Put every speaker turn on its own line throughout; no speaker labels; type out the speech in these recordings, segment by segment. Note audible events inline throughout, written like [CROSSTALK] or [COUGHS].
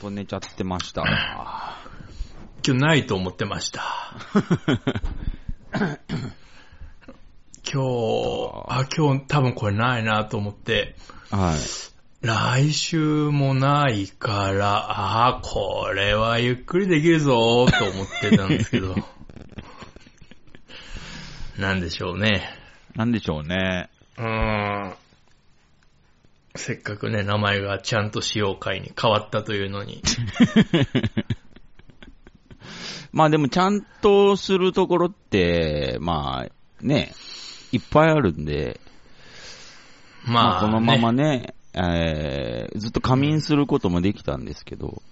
と寝ちゃってました。
今日ないと思ってました。今日、あ、今日多分これないなと思って、
はい。
来週もないから、あー、これはゆっくりできるぞーと思ってたんですけど。なんでしょうね。
なんでしょうね。
うーん。せっかくね、名前がちゃんと使用会に変わったというのに。
まあでもちゃんとするところって、まあね、いっぱいあるんで、ま
ま
あ
あ、
このまま
ね。
ね、えーずっと仮眠することもできたんですけど、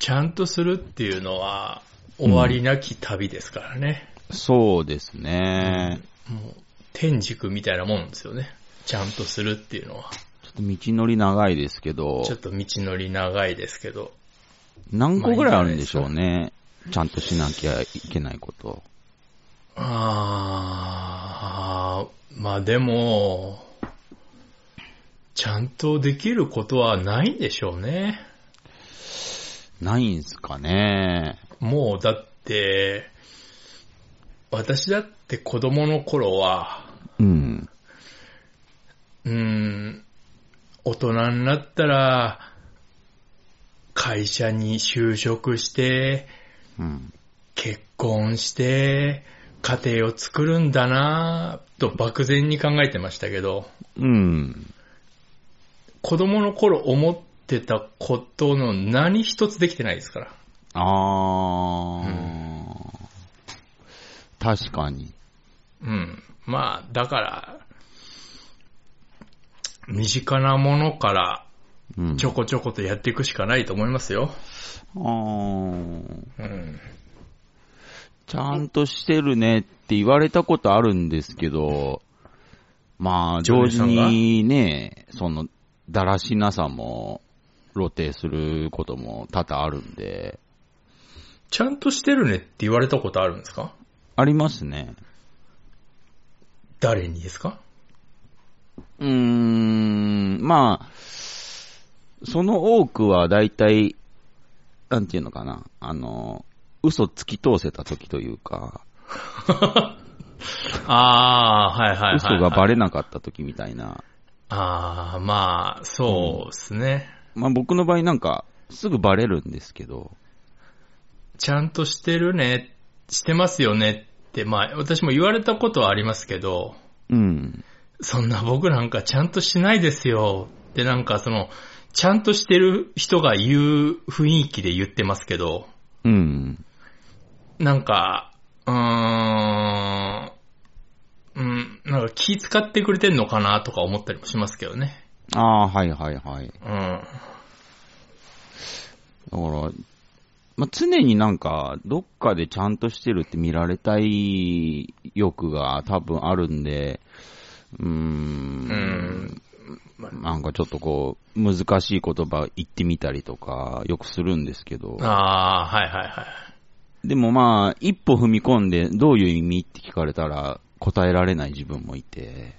ちゃんとするっていうのは、終わりなき旅ですからね。
そうですね。
もう、天軸みたいなもんですよね。ちゃんとするっていうのは。
ちょっと道のり長いですけど、
ちょっと道のり長いですけど。
何個ぐらいあるんでしょうね。ちゃんとしなきゃいけないこと。
あー、まあでも、ちゃんとできることはないんでしょうね。
ないんすかね。
もうだって、私だって子供の頃は、
うん。
うーん、大人になったら、会社に就職して、
うん。
結婚して、家庭を作るんだなぁ、と漠然に考えてましたけど、
うん。
子供の頃思ってたことの何一つできてないですから。
あー。確かに。
うん。まあ、だから、身近なものから
うん。
ちょこちょことやっていくしかないと思いますよ。
あー。
うん。
ちゃんとしてるねって言われたことあるんですけど、まあ、
ジョ
同
ニー
時
さんが
にね、その、だらしなさも露呈することも多々あるんで、
ちゃんとしてるねって言われたことあるんですか
ありますね。
誰にです [LAUGHS] か
うーん、まあ、その多くは大体、なんていうのかな、あの、嘘突き通せた時というか、
ああ、はいはいはい、はい。
嘘がバレなかった時みたいな。
ああ、まあ、そうですね。
まあ僕の場合なんか、すぐバレるんですけど、
ちゃんとしてるね、してますよねって、まあ、私も言われたことはありますけど、
うん。
そんな僕なんかちゃんとしないですよってなんかその、ちゃんとしてる人が言う雰囲気で言ってますけど、
うん。
なんか、うーん、うん、なんか気使ってくれてんのかなとか思ったりもしますけどね。
ああ、はいはいはい。だか
うん。
ら、まあ、常になんか、どっかでちゃんとしてるって見られたい欲が多分あるんで、うー、
うんん。
なんかちょっとこう、難しい言葉言ってみたりとか、よくするんですけど、
ああ、はいはいはい。
でもまあ、一歩踏み込んで、どういう意味って聞かれたら、答えられない自分もいて、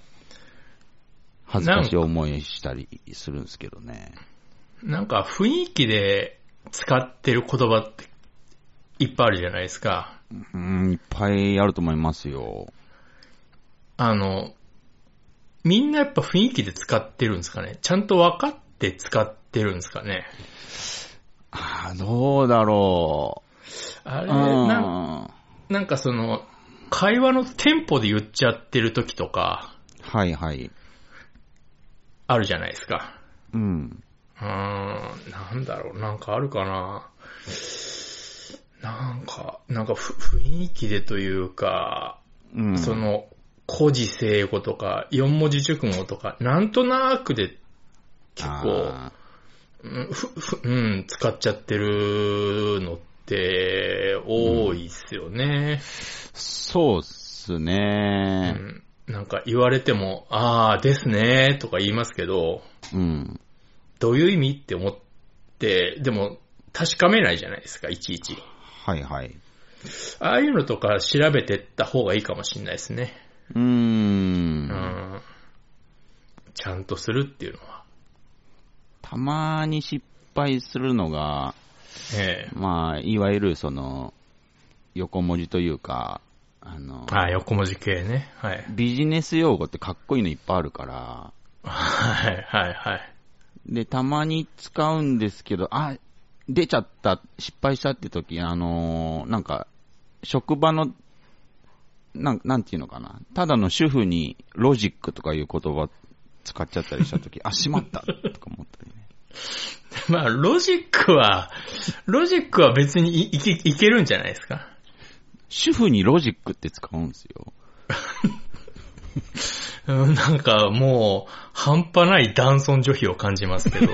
恥ずかしい思いしたりするんですけどね。
なんか雰囲気で使ってる言葉っていっぱいあるじゃないですか。
うん、いっぱいあると思いますよ。
あの、みんなやっぱ雰囲気で使ってるんですかねちゃんと分かって使ってるんですかね
ああ、どうだろ
あ
う。
れ、
う
なん
ん。
なんかその、会話のテンポで言っちゃってる時とか、
はいはい。
あるじゃないですか。
うん。
うーん、なんだろう、なんかあるかななんか、なんかふ雰囲気でというか、
うん。
その、古事成語とか、四文字熟語とか、なんとなくで、結構、
あ
うん、ふふうん、使っちゃってるのって、多いっすよね。
ー。そうっす
う
ね。
んなんか言われても、ああ、ですね、とか言いますけど、
うん。
どういう意味って思って、でも、確かめないじゃないですか、いちいち。
はいはい。
ああいうのとか調べてった方がいいかもしれないですね。
うー。
うんん。ちゃんとするっていうのは。
たまに失敗するのが、
ええ
まあ、いわゆるその、横文字というか、あの、
あ、横文字系ね。はい。
ビジネス用語ってかっこいいのいっぱいあるから、
はい、はい、はい。 [LAUGHS]
で、たまに使うんですけど、あ、出ちゃった、失敗したって時、あのーなんか、職場の、なん、なんていうのかな。ただの主婦にロジックとかいう言葉使っちゃったりした
[LAUGHS]
時、あ、しまったとか思ったりね。
まあ、ロジックは、ロジックは別にいいけいけるんじゃないですか。
主婦にロジックって使うんですよ。
うんなんかもう、半端ない男尊女卑を感じま
[LAUGHS]
すけど。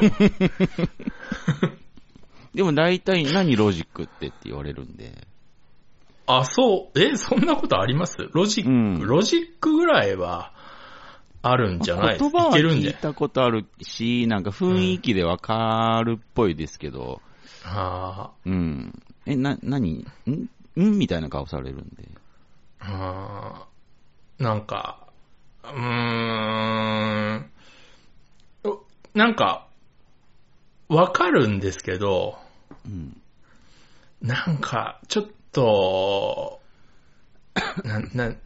でも大体何ロジックってって言われるんで。
あ、そう、え、そんなことありますロジック、
うん
ロジックぐらいは、あるんじゃない
言葉はい
けるん
聞
じゃ
いたことあるし、なんか雰囲気でわかるっぽいですけど、
あ
うん。え、な、何んんみたいな顔されるんで。
ーあーなんか、うーん、おなんか、わかるんですけど、
うん。
なんか、ちょっと、 [COUGHS] な、な、いろ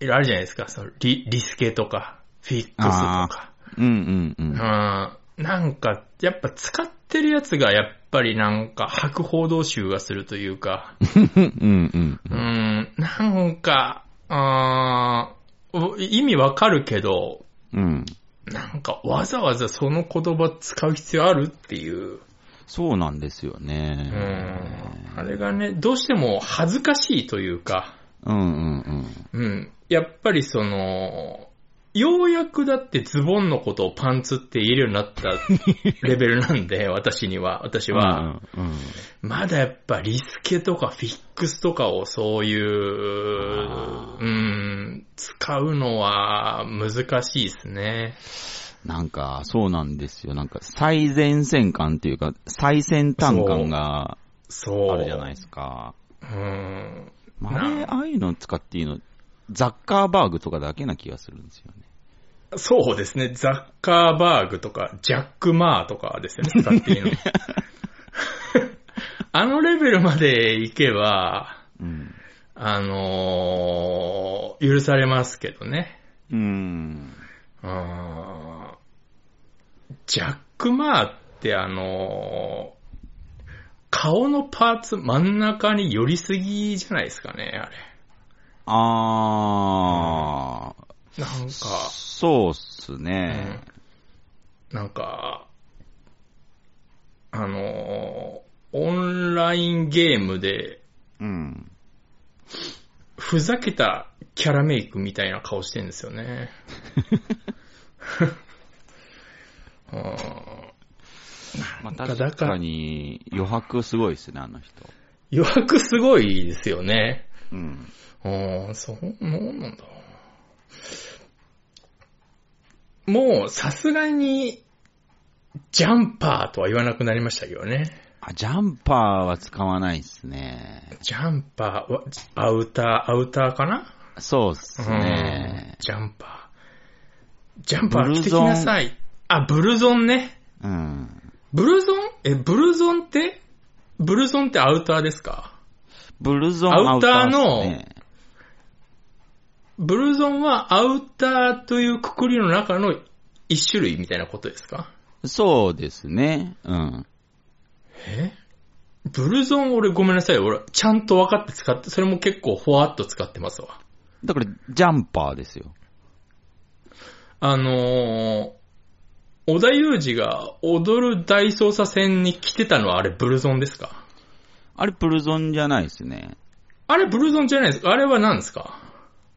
いろあるじゃないですか。そのリ、リスケとか、フィックスとか。
うんうんうん。
うんなんか、やっぱ使ってるやつがやっぱりなんか白報道集がするというか、
うんうん
う。ん、なんか、あーお意味わかるけど、
うん。
なんかわざわざその言葉使う必要あるっていう、
そうなんですよ
う
ね。
ん、あれがね、どうしても恥ずかしいというか、
うんうんうん。
うん、やっぱりその、ようやくだってズボンのことをパンツって言えるようになったレベルなんで、私には、私は。
うんうん
まだやっぱリスケとかフィックスとかをそういう、
あ
うん、使うのは難しいですね。
なんか、そうなんですよ。なんか、最前線感っていうか、最先端感が
そう。
あるじゃないですか。
うん。
まあ、あれ、ああいうの使っていいの、ザッカーバーグとかだけな気がするんですよね。
そうですね。ザッカーバーグとか、ジャック・マーとかですよね、使っていいの。 [LAUGHS] あのレベルまで行けば、
うん。
あのー許されますけどね。
うん。
あージャック・マーってあのー顔のパーツ真ん中に寄りすぎじゃないですかね、あれ。
あー、
なんか、
そうっすね。
うんなんか、あのーオンラインゲームで
うん。
ふざけたキャラメイクみたいな顔してるんですよ [LAUGHS] ね。うん
まあ、
なんか
確かに余白すごいですね、あの人。
余白すごいですよね。
うん。
うん、そうなんだ。もう、さすがに、ジャンパーとは言わなくなりましたけどね。
あ、ジャンパーは使わないですね。
ジャンパーは、アウター、アウターかな
そうっす
うん
ね。
ジャンパー。ジャンパー
ブル
着てき
ゾン
なさい。あ、ブルゾンね。
うん。
ブルゾンえ、ブルゾンってブルゾンってアウターですか
ブルゾン
ア
ア
ウ
ウ
タ
ターっ
ー
すね
ブルゾンはアウターというくくりの中の一種類みたいなことですか
そうですね。うん。
えブルゾン俺ごめんなさい。俺、ちゃんと分かって使って、それも結構ほわっと使ってますわ。
だから、ジャンパーですよ。
あのー、小田裕二が踊る大捜査線に来てたのはあれブルゾンですか
あれ、ブルゾンじゃないですね。
あれブルゾンじゃないですかあれは何ですか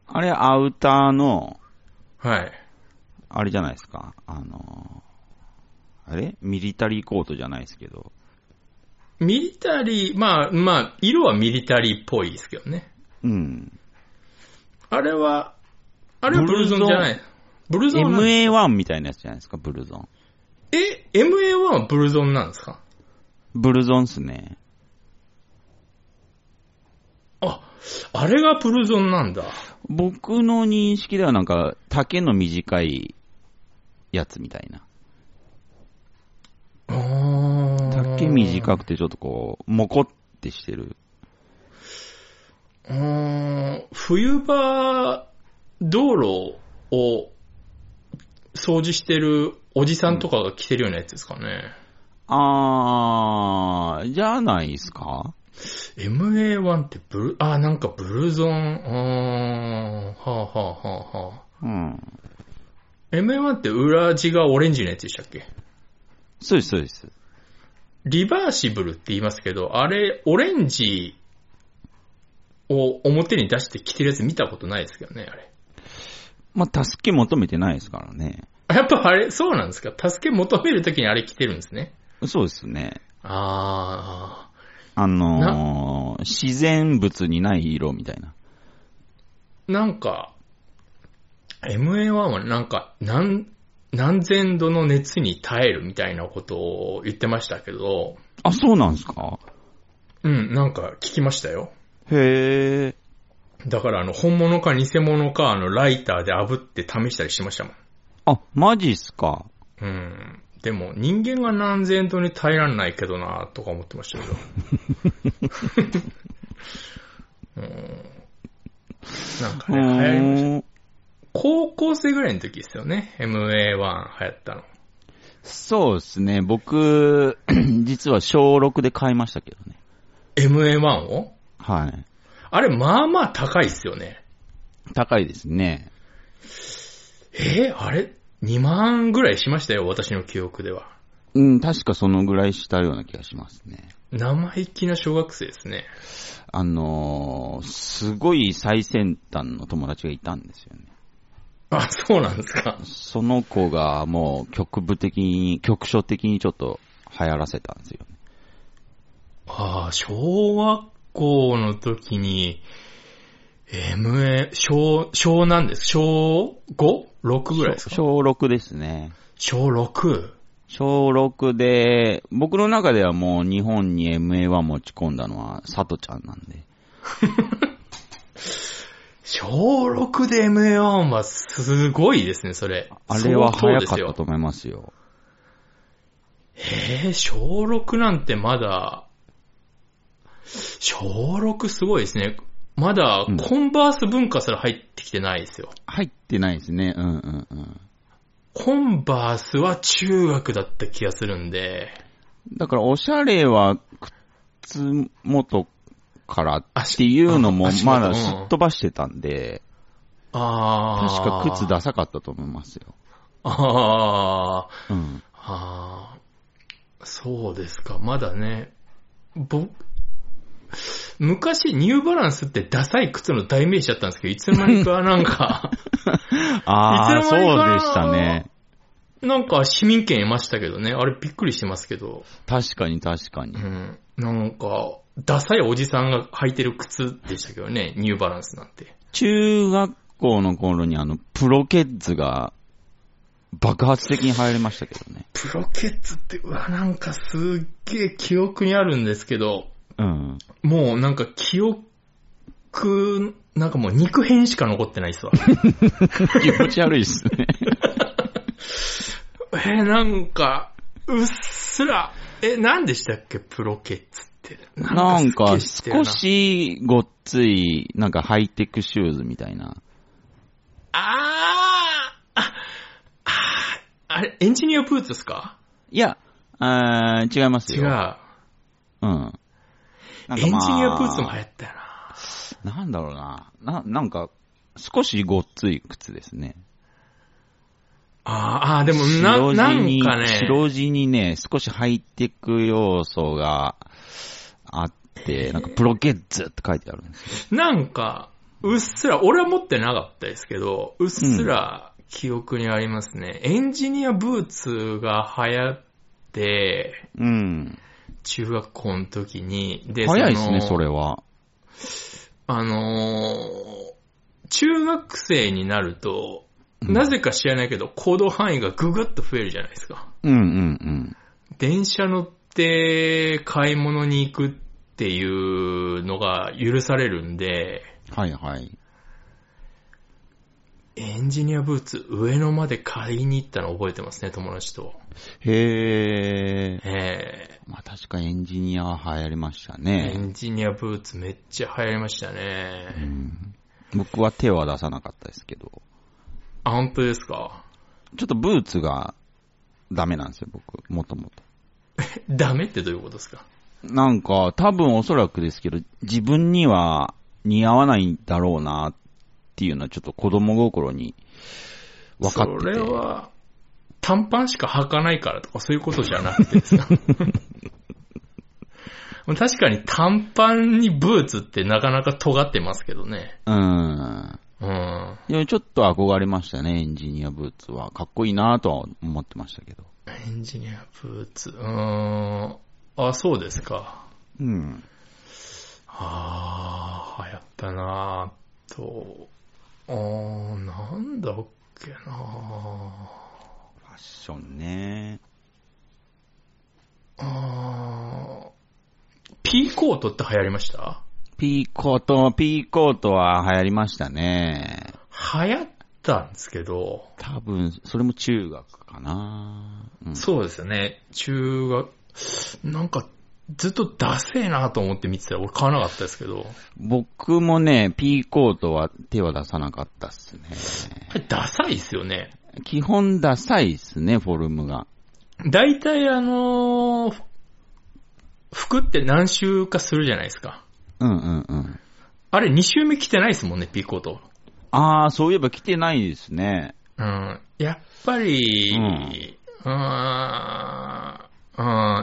あれ、アウターの、
はい。
あれじゃないですか。あのー、あれミリタリーコートじゃないですけど。
ミリタリー、まあまあ、色はミリタリーっぽいですけどね。
うん。
あれは、あれはブルゾンじゃない。ブルゾンは何
MA1 みたいなやつじゃないですか、ブルゾン。
え、MA1 はブルゾンなんですか
ブルゾンっすね。
あ、あれがブルゾンなんだ。
僕の認識ではなんか、丈の短いやつみたいな。
あー
け短くてちょっとこう、もこってしてる。
うーん、冬場、道路を掃除してるおじさんとかが着てるようなやつですかね。
あー、じゃないですか
MA1 ってブル、あ、なんかブルゾン、うーん、はあはあはあはあ。
うん。
MA1 って裏地がオレンジのやつでしたっけ
そうです、そうです。
リバーシブルって言いますけど、あれ、オレンジを表に出して着てるやつ見たことないですけどね、あれ。
まあ、助け求めてないですからね。
あやっぱあれ、そうなんですか助け求めるときにあれ着てるんですね。
そうですね。
あ
あのー、自然物にない色みたいな。
ー、なんか、MA1 はなんか、何、何千度の熱に耐えるみたいなことを言ってましたけど、
あ、そうなんですか
うん、なんか聞きましたよ。
へえ。
だからあの、本物か偽物か、あの、ライターで炙って試したりしてましたもん。
あ、マジっすか
うん。でも、人間が何千度に耐えられないけどな、とか思ってましたけど。うんなんかね、流行りました。
うーん
高校生ぐらいの時ですよね。MA1 流行ったの。
そうですね。僕、 [CLEARS THROAT] 実は小6で買いましたけどね。
MA1 を
はい。
あれ、まあまあ高いっすよね。
高いですね。
えーあれ ?2 万ぐらいしましたよ、私の記憶では。
うん、確かそのぐらいしたような気がしますね。
生意気な小学生ですね。
あのー、すごい最先端の友達がいたんですよね。
あ、そうなんですか。
その子がもう局部的に、局所的にちょっと流行らせたんですよね。
ああ、小学校の時に、MA、小、小なんです。小 5?6 ぐらいですか
小6ですね。
小 6?
小6で、僕の中ではもう日本に MA1 持ち込んだのは佐藤ちゃんなんで。
小6で MA1 はすごいですね、それ。
あれは
相当
早か
です
った
よ
と。思いますよ。
えー、小6なんてまだ、小6すごいですね。まだ
うん、
コンバース文化すら入ってきてないですよ。
入ってないですね。うんうんうん。
コンバースは中学だった気がするんで、
だから、おしゃれは、靴元からっていうのも
足、元
ま
うん
だすっ飛ばしてたんで、
あ
確
あ。
か靴ダサかったと思いますよ。
あー
うん。
あー、そうですか。まだね、僕、昔ニューバランスってダサい靴の代名詞だったんですけど、いつの間にかなん [LAUGHS] か、
ああ、
いつの間に
そう
か
でしたね。
なんか市民権得ましたけどね。あれびっくりしてますけど。
確かに確かに
う。ん。なんか、ダサいおじさんが履いてる靴でしたけどね。ニューバランスなんて。
中学校の頃にあの、プロケッツが、爆発的に流行りましたけどね。
プロケッツって、うわ、なんかすっげえ記憶にあるんですけど、
うん。
もうなんか記憶、なんかもう肉片しか残ってないっすわ。
気持ち悪いっすね。
[LAUGHS] えーなんか、うっすら、え、なんでしたっけプロケッツって。
[LAUGHS] なんか、
すっきりてる
少
な。
しごっつい、なんかハイテクシューズみたいな。
あーあ、あーあれ、エンジニアブーツですか
いや、あー違います
違う。エ
よ。
ンジニ
うん。なんかまあ
アブーツも流行ったよな。
なんだろうな。な、なんか、少しごっつい靴ですね。
あーあー、でも
白
な、な
地
ん
に、
かね、
白地にね、少しハイテク要素があって、なんかプロケッツって書いてあるんですよ
なんか、うっすら、俺は持ってなかったですけど、うっすら記憶にありますね。エンジニアブーツが流行って、
うん。
中学校の時に、で、
早いですね、
の
それは。
あのー中学生になると、
うん
なぜか知らないけど、行動範囲がぐぐっと増えるじゃないですか。
うんうん
電車乗って買い物に行くっていうのが許されるんで、
うん。はいはい。
エンンジニアブーツ、上野まで買いに行ったの覚えてますね、友達と。
へえ。
え
まあ確かエンジニアは流行りました
えエ
ね。
ンジニアブーツめっちゃ流行りました
う
ね。
ん、僕は手は出さなかったですけど。
あ、本当ですか
ちょっとブーツがダメなんですよ、僕。もともと。
ダメってどういうことですか
なんか、多分おそらくですけど、自分には似合わないんだろうなっていうのはちょっと子供心に分かってて。
それは、短パンしか履かないからとかそういうことじゃなくて
[LAUGHS]
ですか確かに短パンにブーツってなかなか尖ってますけどね。
うん。
うん。
でもちょっと憧れましたね、エンジニアブーツは。かっこいいなとは思ってましたけど。
エンジニアブーツ。うーん。あ、そうですか。
うん。
ああ、流行ったなぁと。ああ、なんだっけなぁ。
ファッションね。
あーピーコートって流行りました
ピーコート、ピーコートは流行りましたね。
流行ったんですけど、
多分、それも中学かな。うん、
そうですよね。中学、なんか、ずっとダセえなと思って見てたら俺買わなかったですけど、
僕もね、ピーコートは手は出さなかったっすね。
あれダサいですよね。
基本ダサいっすね、フォルムが。
大体あのー服って何周かするじゃないですか。
うんうんうん。
あれ2周目着てないですもんね、ピーコート。
あー、そういえば来てないですね。
うん。やっぱり、
う
うんーん、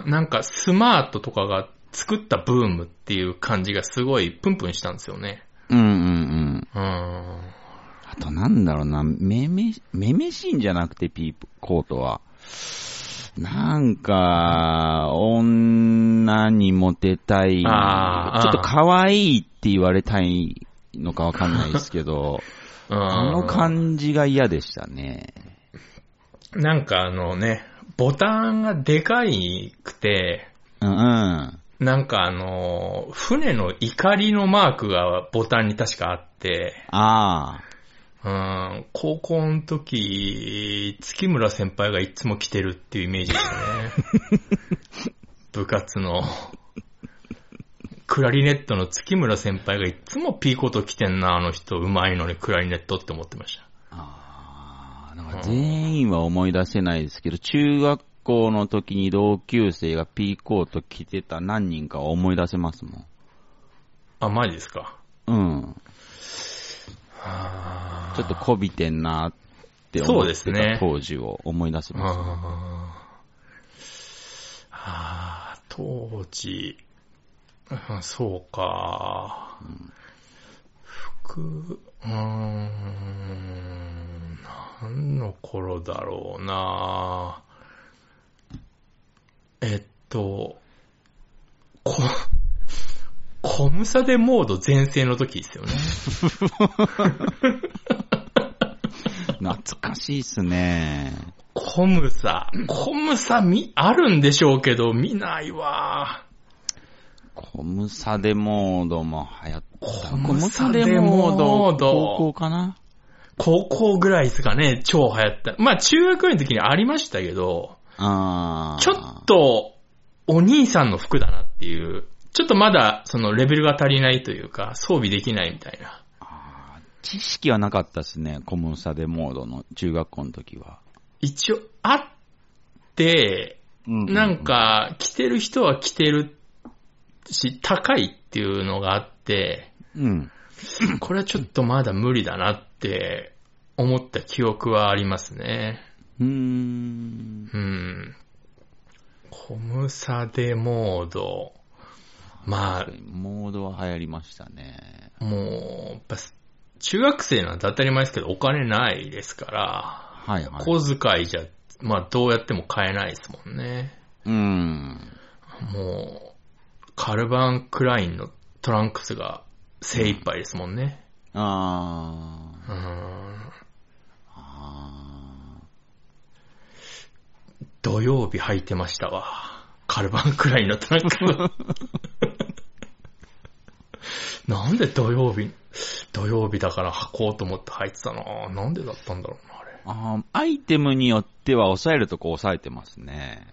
うん、なんかスマートとかが作ったブームっていう感じがすごいプンプンしたんですよね。
うんうんうん。
うん。
あとなんだろうな、めめ、めめしいんじゃなくて、ピーコートは。なんか、女にモテたい。ち
あー
ょっと可愛いって言われたいのかわかんないですけど、 [LAUGHS] あ
あ
の感じが嫌でしたね。
なんかあのね、ボタンがでかいくて、
うんうん。
なんかあの、船の怒りのマークがボタンに確かあって、
ああ。
うん、高校の時、月村先輩がいつも着てるっていうイメージでしたね。部活の。クラリネットの月村先輩がいつもピーコート着てんな、あの人。うまいのにクラリネットって思ってました。
ああ、なんか全員は思い出せないですけど、中学校の時に同級生がピーコート着てた何人かは思い出せますも
あ、マジですか。
ん。うん。
あ
ちょっとこびてんなって思
そう
っ
で
て
す
た
ね
当時を思い出せます。
あーあー、当時、うんそうか。服、うーん、何の頃だろうな。えっと、こ、コムサでモード全盛の時ですよね。
懐かしいっすね。
コムサ、コムサみ、あるんでしょうけど、見ないわ。
コムサデモードも流行った。
コムサデモード
コムサデモード高校かな
高校ぐらいですかね、超流行った。まあ中学の時にありましたけど、
ああ。
ちょっとお兄さんの服だなっていう、ちょっとまだそのレベルが足りないというか、装備できないみたいな。
あー。知識はなかったっすね。コムサデモードの中学校の時は。
一応あって、なん、か着てる人は着てるし、高いっていうのがあって、
うん。
これはちょっとまだ無理だなって思った記憶はありますね。
うーん。
うん。コムサデモード。まあ、
モードは流行りましたね。
もう、やっぱ中学生なんて当たり前ですけど、お金ないですから、
はいはい。
小遣いじゃ、まあどうやっても買えないですもんね。
うん。
もう、カルバン・クラインのトランクスが精一杯ですもんね。
あー。
うん。
あ
土曜日履いてましたわ。カルバン・クラインのトラ [LAUGHS] ンクスは。なんで土曜日、土曜日だから履こうと思って履いてたななんでだったんだろうな、あれ。
あーアイテムによっては抑えるとこ抑えてますね。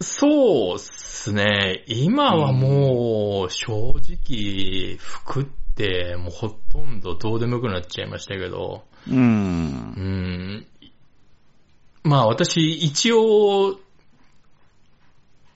そうっすね。今はもう、正直、服って、もうほとんどどうでもよくなっちゃいましたけど、
う。
うんん。まあ私、一応、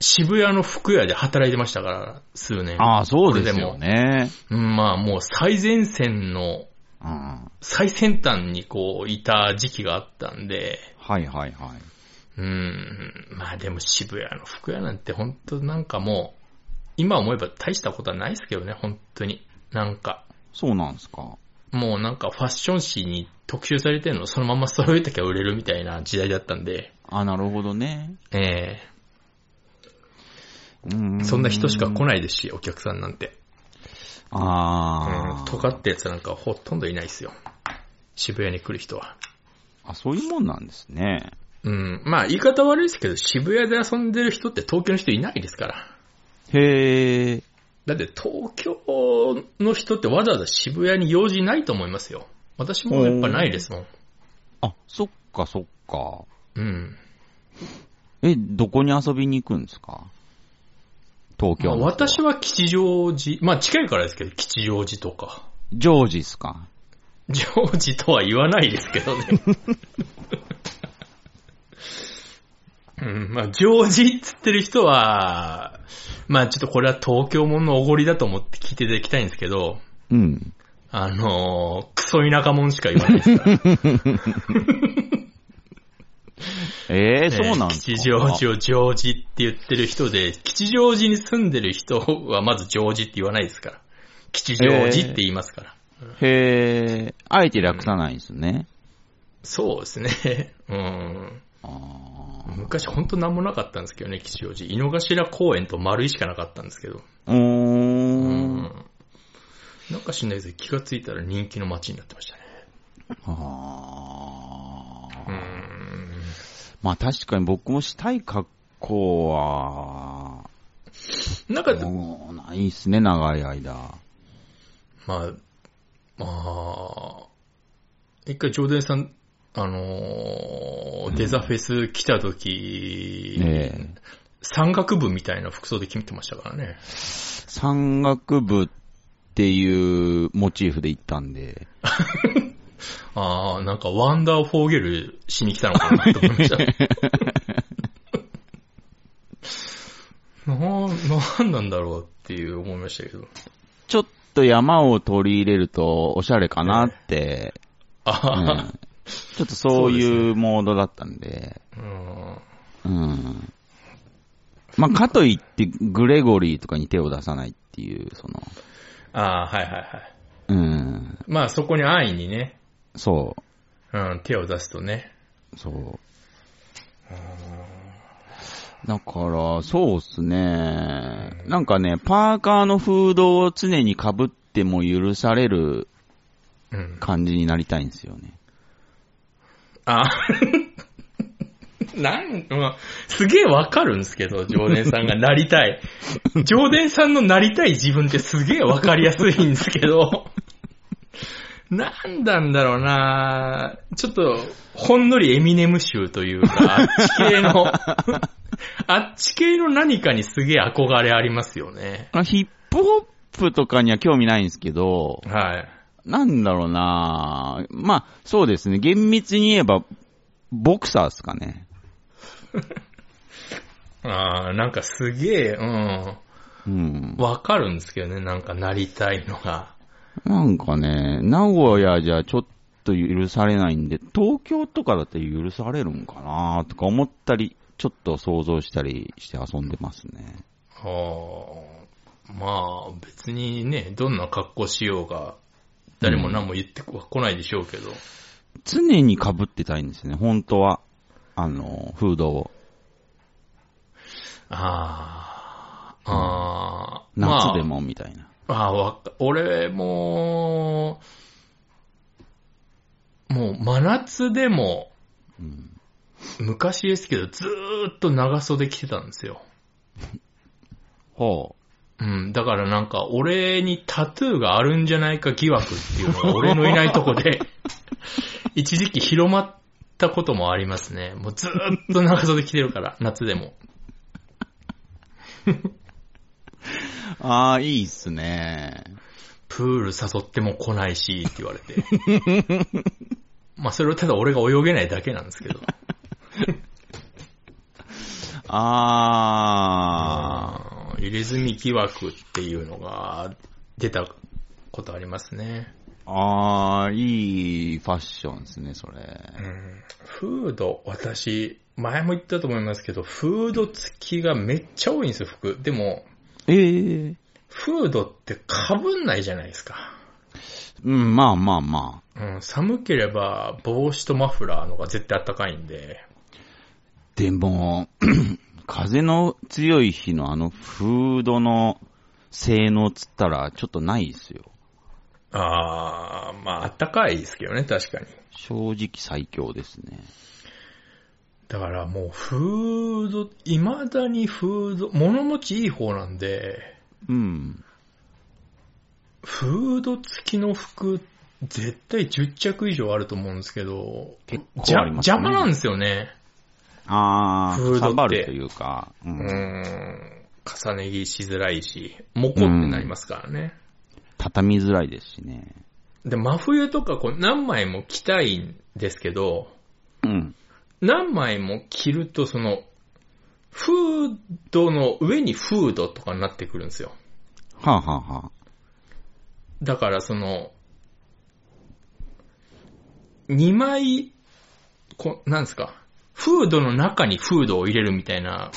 渋谷の服屋で働いてましたから、数年。
ああ、そうですよね。
うん、まあもう最前線の、
うん。
最先端にこう、いた時期があったんで、
はいはいはい。
うん、まあでも渋谷の服屋なんて本当なんかもう、今思えば大したことはないですけどね、本当に。なんか、
そうなんですか。
もうなんかファッション誌に特集されてるのをそのまま揃えときゃ売れるみたいな時代だったんで、
あなるほどね。
え
う
え
ん
そんな人しか来ないですし、お客さんなんて。
あ
うん、
あ。
尖ったやつなんかほとんどいないですよ。渋谷に来る人は。
あ、そういうもんなんですね。
うん、まあ言い方悪いですけど、渋谷で遊んでる人って東京の人いないですから。
へえ。
だって東京の人ってわざわざ渋谷に用事ないと思いますよ。私もやっぱないですもん。
あ、そっかそっか。
うん。
え、どこに遊びに行くんですか東
ま
京
あ、
の人
私は吉祥寺、まあ近いからですけど、吉祥寺とか。
ジョージっすか
ジョージとは言わないですけどね。うん、まあ、ジョージっつってる人は、まあちょっとこれは東京もんのおごりだと思って聞いていただきたいんですけど、
うん。
あのー、クソ田舎もんしか言わないですから。
ええそうなんですか
えー吉祥寺をジョージって言ってる人で、吉祥寺に住んでる人はまずジョージって言わないですから。吉祥寺って言いますから。
へえ、あえて略さないんですね。
そうですね。 [LAUGHS] うん。
あ
昔ほんと何もなかったんですけどね、吉祥寺。井の頭公園と丸井しかなかったんですけど。
あ。うー。
うんん。なんかしないですけど、気がついたら人気の街になってましたね。
あー
うん。
まあ確かに僕もしたい格好は、
なんか、
もうないっすね、長い間。
まあ、まあ、一回、ジョーデンさん、あのーデザフェス来た時、
ねえ
山岳部みたいな服装で決めてましたからね。
山岳部っていうモチーフで行ったんで、
ああ、なんかワンダーフォーゲルしに来たのかなと思いました。 [LAUGHS] な、なんなんだろうっていう思いましたけど。
ちょっと山を取り入れるとおしゃれかなって、うん
ああ、
ちょっとそう
そうで
いうモードだったんで、
うん、
うん。まあ、かといって、グレゴリーとかに手を出さないっていう、その、
ああ、はいはいはい。
うん、
まあそこに安易にね、
そ
うん、手を出すとね。
う、そう。だから、そうっすね。なんかね、パーカーのフードを常に被っても許される
うん、
感じになりたいんですよね。
あ、 [LAUGHS] なん、まあ、すげえわかるんですけど、常連さんがなりた [LAUGHS] い。常連さんのなりたい自分ってすげえわかりやすいんですけど、なんなんだろうなちょっと、ほんのりエミネム集というか、あっち系 [LAUGHS] の、あっち系の何かにすげえ憧れありますよね。
あヒップホップとかには興味ないんですけど、
はい。
なんだろうなまあ、そうですね。厳密に言えば、ボクサーっすかね。
ああ、なんかすげえ、うん。
うん。
わかるんですけどね、なんかなりたいのが。
なんかね、名古屋じゃちょっと許されないんで、東京とかだって許されるんかなとか思ったり、ちょっと想像したりして遊んでますね。
はあ、まあ、別にね、どんな格好しようが、誰も何も言ってこ来ないでしょうけど。
常に被ってたいんですね、本当は。あの、フードを。
ああ、ああ、
夏で。もみたいな。
まあ、ああわか俺も、もう真夏でも、
うん、
昔ですけど、ずーっと長袖着てたんですよ。
ほ
うん。だからなんか、俺にタトゥーがあるんじゃないか疑惑っていうのが、俺のいないとこで、 [LAUGHS] 一時期広まったこともありますね。もうずーっと長袖着てるから、夏でも。
ああ、いいっすね。
プール誘っても来ないし、って言われて。まあ、それはただ俺が泳げないだけなんですけど。
ああ、
ああ、入れ墨疑惑っていうのが出たことありますね。
ああ、いいファッションですね、それ。
うん。フード、私、前も言ったと思いますけど、フード付きがめっちゃ多いんですよ、服。でも、
ええ
フードって被んないじゃないですか。
うん、まあまあまあ。
うん、寒ければ帽子とマフラーのが絶対暖かいんで。
でも、風の強い日のあのフードの性能っつったらちょっとないっすよ。
ああ、まあ暖かいですけどね、確かに。
正直最強ですね。
だからもうフード、未だにフード、物持ちいい方なんで、
うん。
フード付きの服、絶対10着以上あると思うんですけど、
結
じゃ
構ありますね。
邪魔なんですよね。
あ
フードっ
あ、
て
サバるというか、う
うんん。重ね着しづらいし、モコってなりますからね。
畳みづらいですしね。
で、真冬とかこう何枚も着たいんですけど、
うん。
何枚も着るとその、フードの上にフードとかになってくるんですよ。
はあ、はあはあ、
だからその、2枚、こなんですか、フードの中にフードを入れるみたいな、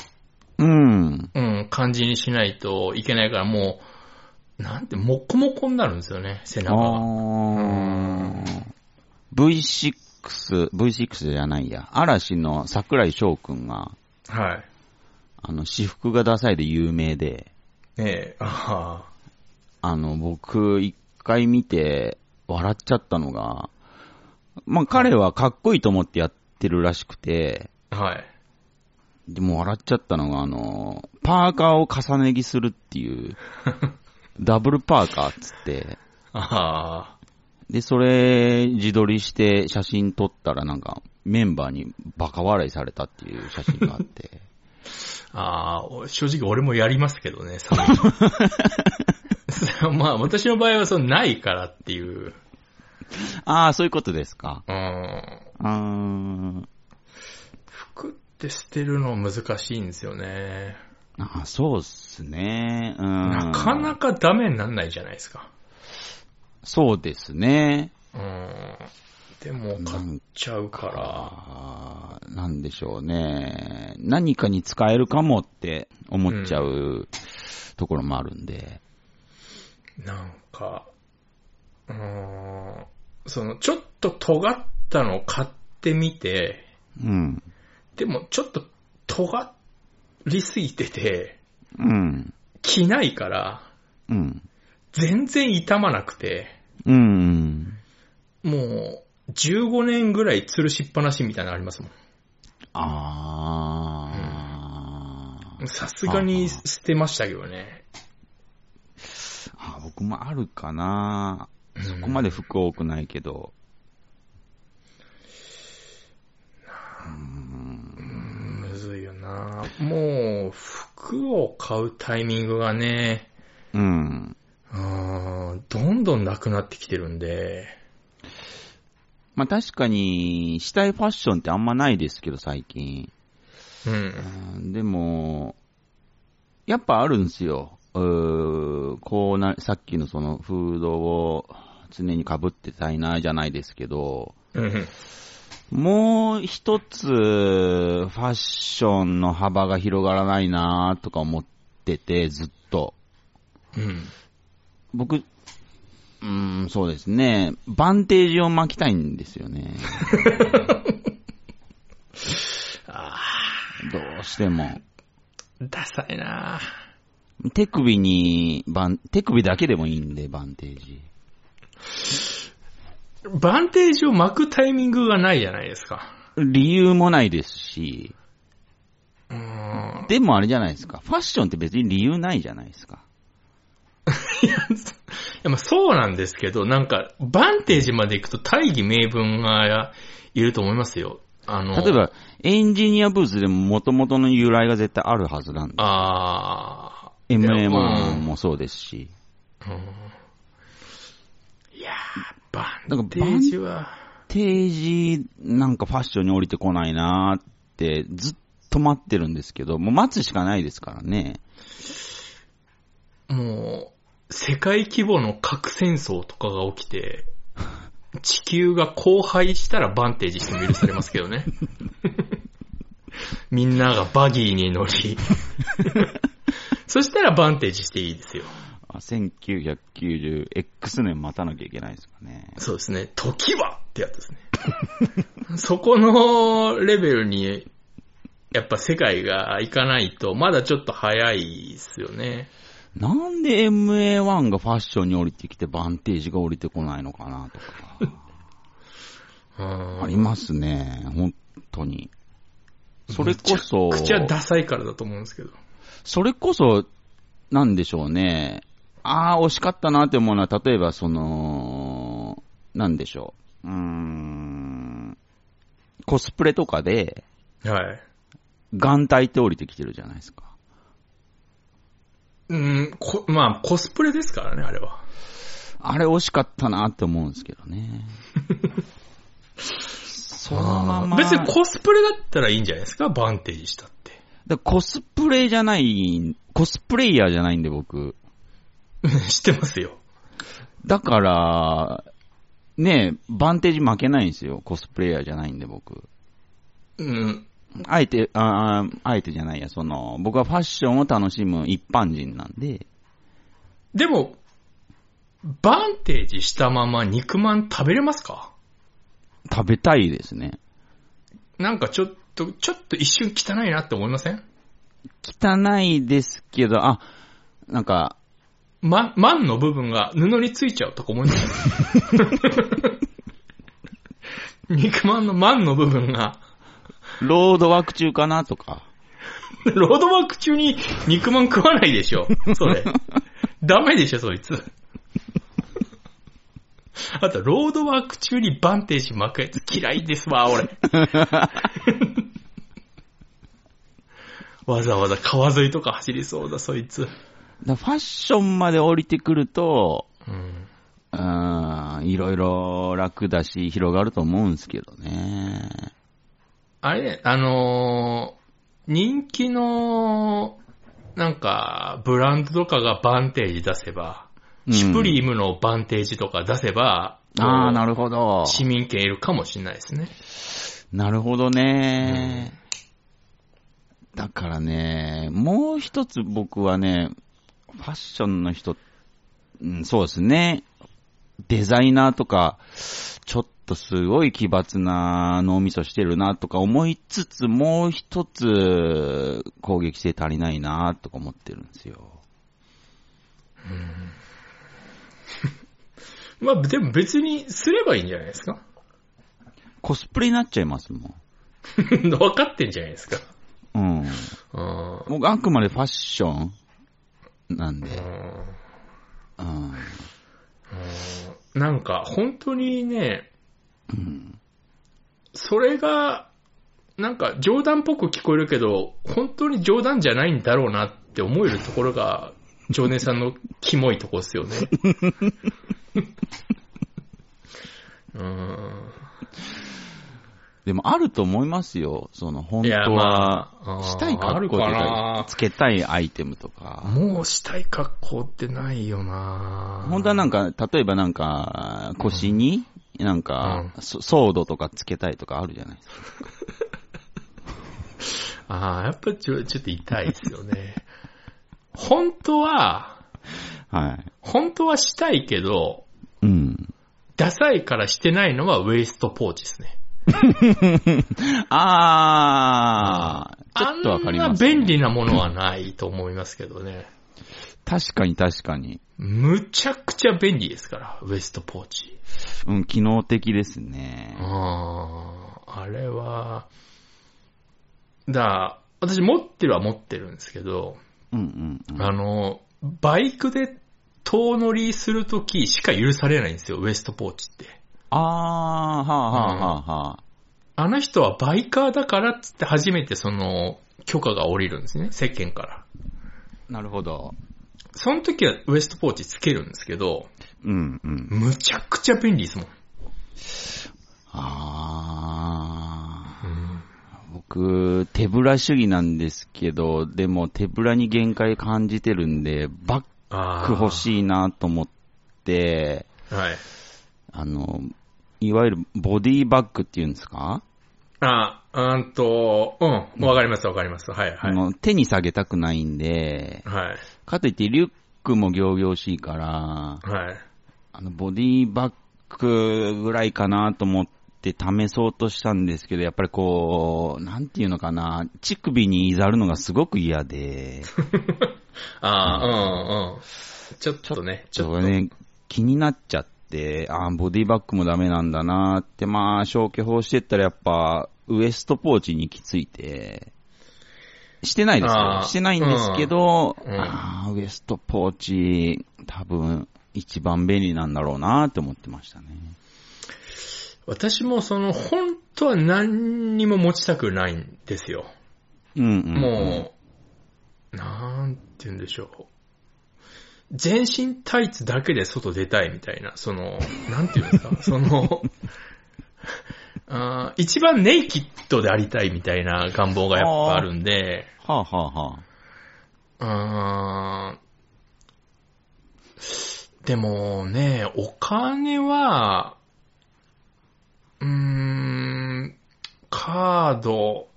うん。
うん、感じにしないといけないからもう、なんて、もっこもこになるんですよね、背中が。
あー V6、V6 じゃないや。嵐の桜井翔くんが、
はい。
あの、私服がダサいで有名で、
ええ、あ
あの、僕、一回見て、笑っちゃったのが、まあ、彼はかっこいいと思ってやってるらしくて、
あ、はい。
でも笑っちゃったのが、あの、パーカーを重ね着するって [LAUGHS] いう、ダブルパーカーっつって、
ああ、
で、それ、自撮りして写真撮ったらなんか、メンバーにバカ笑いされたっていう写真があって、
ああ、お正直俺もやりますけどね、寒いの [LAUGHS] まあ、私の場合はそのないからっていう、
[LAUGHS] ああ、そういうことですか。
うん、
うーん。
服って捨てるの難しいんですよね。
ああ、そうっすね。うん。
なかな
か。
かダメになんないじゃないですか。
そうですね。
うん。でも買っちゃうか
ああ、なんでしょうね。何かに使えるかもって思っちゃう、ところもあるんで。
ら、なんか、うん、その、ちょっと尖ったのを買ってみて、
うん。
でもちょっと尖りすぎてて、
うん。
着ないから、
うん。
全然傷まなくて、
うん。
もう、15年ぐらい吊るしっぱなしみたいなのありますも
ああ。
ん。さすがに捨てましたけどね。
あ、僕もあるかな。
そ
ここまで服多くないけど。
むずいよなもう、服を買うタイミングがね、
うん。
うーんどんどんなくなってきてるんで、
まあ確かに、したいファッションってあんまないですけど、最近。
うん。
うんでも、やっぱあるんですよ。うーこうな、さっきのそのフードを常に被ってたいな、じゃないですけど、
うん。
もう一つ、ファッションの幅が広がらないな、とか思ってて、ずっと。
うん。
僕、うーん、そうですね。バンテージを巻きたいんですよ
[LAUGHS]
ね。どうしても。
ダサいな
手首に、バン、手首だけでもいいんで、バンテージ。
バンテージを巻くタイミングがないじゃないですか。
理由もないですし、
うーん。
でもあれじゃないですか。ファッションって別に理由ないじゃないですか。
[LAUGHS] やまあそうなんですけど、なんか、バンテージまで行くと大義名分がいると思いますよ。あの、
例えば、エンジニアブースでも元々の由来が絶対あるはずなんで。
あ
MA
う
も
ん
もそうですし。
ー、うん、いやー、
な
バ
んか
ンテージは、
定時なんかファッションに降りてこないなーってずっと待ってるんですけど、もう待つしかないですからね。
もう、世界規模の核戦争とかが起きて、地球が荒廃したらバンテージしても許されますけどね。 [LAUGHS] みんながバギーに乗り、 [LAUGHS] そしたらバンテージしていいですよ。
あ 1990X 年待たなきゃいけないですかね。
そうですね。時はってやつですね。 [LAUGHS] そこのレベルに、やっぱ世界がいかないと、まだちょっと早いですよね。
なんで MA1 がファッションに降りてきてバンテージが降りてこないのかなとか。
うん
ありますね、本当に。それこそ、
口はダサいからだと思うんですけど。
それこそ、なんでしょうね。ああ、惜しかったなって思うのは、例えばその、なんでしょう。うーん。コスプレとかで、
はい。
眼帯って降りてきてるじゃないですか。
うん、こまあ、コスプレですからね、あれは。
あれ惜しかったなって思うんですけど
[LAUGHS]
ね。そのまま。
別にコスプレだったらいいんじゃないですか、バンテージしたって。 [LAUGHS]
だコスプレじゃない、コスプレイヤーじゃないんで僕。
知ってますよ。
だから、ねえ、バンテージ負けないんですよ。コスプレイヤーじゃないんで僕。
うん。
あえて、あーあえてじゃないや、その、僕はファッションを楽しむ一般人なんで、
でも、バンテージしたまま肉まん食べれますか
食べたいですね。
なんかちょっと、ちょっと一瞬汚いなって思いません
汚いですけど、あ、なんか、
ま、マンの部分が布についちゃうとか思いま [LAUGHS] せん肉まんのマンの部分が、
ロードワーク中かなとか、
ロードワーク中に肉まん食わないでしょ。それ。ダメでしょ、そいつ。あと、ロードワーク中にバンテージ巻くやつ嫌いですわ、俺。 [LAUGHS] わざわざ川沿いとか走りそうだ、そいつ。
だファッションまで降りてくると、
うん。
うーん、いろいろ楽だし、広がると思うんですけどね。
あれね、あのー人気の、なんか、ブランドとかがバンテージ出せば、
うん
シュプリームのバンテージとか出せば、
ああ、なるほど。
市民権いるかもしれないですね。
なるほどね。だからね、もう一つ僕はね、ファッションの人、うん、そうですね。デザイナーとか、ちょっとすごい奇抜な脳みそしてるなとか思いつつ、もう一つ攻撃性足りないなとか思ってるんですよ。
まあ、でも別にすればいいんじゃないですか [LAUGHS]
コスプレになっちゃいますもん。
分かってんじゃないですか。
うん。
うん。
僕あくまでファッションなんで。うん。
なんか、本当にね、
うん
それが、なんか冗談っぽく聞こえるけど、本当に冗談じゃないんだろうなって思えるところが、常年さんのキモいとこですよね。
[LAUGHS]
うん。
でもあると思いますよ。その、本当
いや、
は、
まあ、
したい
あーあ
格
る
好
か
と
な
か、つけたいアイテムとか。
もうしたい格好ってないよな
本当はなんんか、例えばなんか、腰に、なんか、そソードとかつけたいとかあるじゃないですか。
ああ、やっぱちょちょっと痛いですよね。本当は、
はい。
本当はしたいけど、
うん。
ダサいからしてないのはウエストポーチですね。
あー、ちょっとわかります、
あんな便利なものはないと思いますけどね。
確かに確かに。
むちゃくちゃ便利ですから、ウエストポーチ。
うん、機能的です
う
ね
ん。あれは、だ、私持ってるは持ってるんですけど、
うんうんうん。
あの、バイクで遠乗りするときしか許されないんですよ、ウエストポーチって。
あー、はあ、はあ、はあ、はあ。
あの人はバイカーだからっつって初めてその許可が下りるんですね、世間から。
なるほど。
その時はウエストポーチつけるんですけど、
うん、うん。
むちゃくちゃ便利ですもん。
あー。僕、手ぶら主義なんですけど、でも手ぶらに限界感じてるんで、バ
あ
ック欲しいなと思って、
はい。
あの、いわゆるボディバッグっていうんですか、
あ、うーんと、うん、わかりますわかります。はい、は
あ
い。
の手に下げたくないんで、
はい、
かといってリュックも行々しいから、
はい。 [LAUGHS]
あの、ボディバッグぐらいかなと思って試そうとしたんですけど、やっぱりこう、なんていうのかな、乳首にいざるのがすごく嫌で、
あー、うん、うん。ちょっとね、ち
ち
ょっ
ょっ
と。
とね、気になっちゃって、あーボディバッグもダメなんだなって、まあ、消去法してったらやっぱ、ウエストポーチに行き着いて、してないです
あ
よ。
ー
してないんですけど、
うんうん
あーウエストポーチ、多分、一番便利なんだろうなって思ってましたね。
私もその、本当は何にも持ちたくないんですよ。
うんうん、うん。
もう、なんて言うんでしょう。全身タイツだけで外出たいみたいな、その、なんて言うんで
[LAUGHS]
すか、その、あー一番ネイキッドでありたいみたいな願望がやっぱあるんで、
はあはあはあ。
あーでもね、お金は、うーん、カード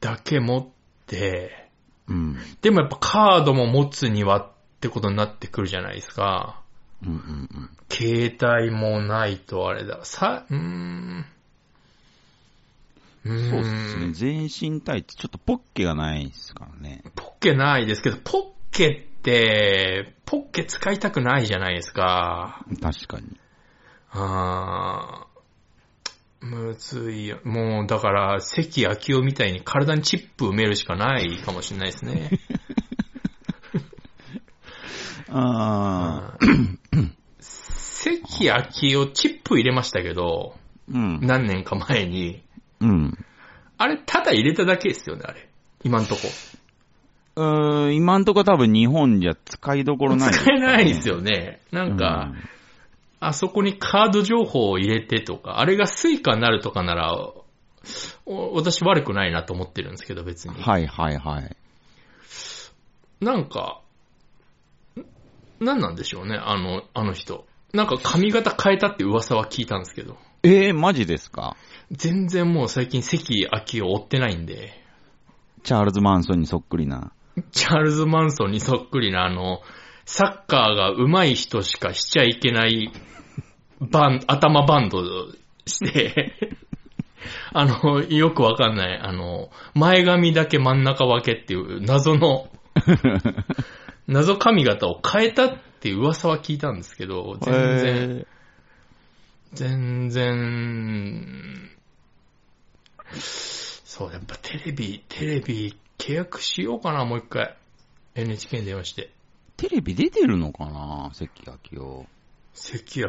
だけ持って、
うん。
でもやっぱカードも持つにはってことになってくるじゃないですか。
うんうんうん。
携帯もないとあれだ。さ、うーん。うーん
そうですね。全身タイツ、ちょっとポッケがないですからね。
ポッケないですけど、ポッケって、ポッケ使いたくないじゃないですか。
確かに。
あーむずいよ。もう、だから、関明夫みたいに体にチップ埋めるしかないかもしれないですね。
ああ、
関明夫チップ入れましたけど、
うん。
何年か前に。
うん。
あれ、ただ入れただけですよね、あれ。今んとこ。
うーん、今んとこ多分日本じゃ使いどころない、
使えないです
よ。
よね。な
なん
か、、あそこにカード情報を入れてとか、あれがスイカになるとかなら、お私悪くないなと思ってるんですけど、別に。
はいはいはい。
なんか、んなんなんでしょうね、あの、あの人。なんか髪型変えたって噂は聞いたんですけど。
えー、マジですか
全然もう最近関秋を追ってないんで、
チャールズ・マンソンにそっくりな。
チャールズ・マンソンにそっくりなあの、サッカーが上手い人しかしちゃいけないバン、 [LAUGHS] 頭バンドして、 [LAUGHS] あの、よくわかんない、あの、前髪だけ真ん中分けっていう謎の、謎髪型を変えたっていう噂は聞いたんですけど、全然、
えー
全然、そう、やっぱテレビ、テレビ契約しようかな、もう一回。NHK に電話して。
テレビ出てるのかな関明夫。
関明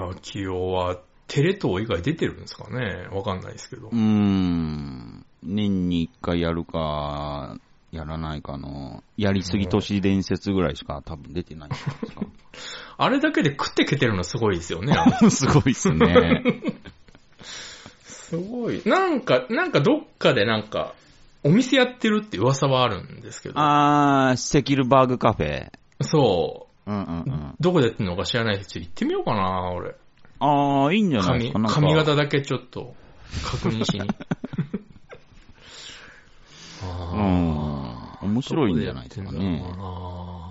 夫はテレ東以外出てるんですかねわかんないですけど
うー。ん。年に一回やるか、やらないかの、やりすぎ都市伝説ぐらいしか多分出てないんじゃないですか。
あれだけで食ってけてるのすごいですよね。あ
[LAUGHS]
の
すごいっすね。
すごい。なんか、なんかどっかでなんか、お店やってるって噂はあるんですけど。
あー、セキルバーグカフェ。
そ
うんうんうん
う。。どこでやってるのか知らないけど、ちょっと行ってみようかな、俺。
あー、いいんじゃないで
髪
すか。なんか
髪型だけちょっと確認しに。
う
[LAUGHS] あ
ん。面
ー
白いんじゃないですか
どこでやってん
ね
だろう。な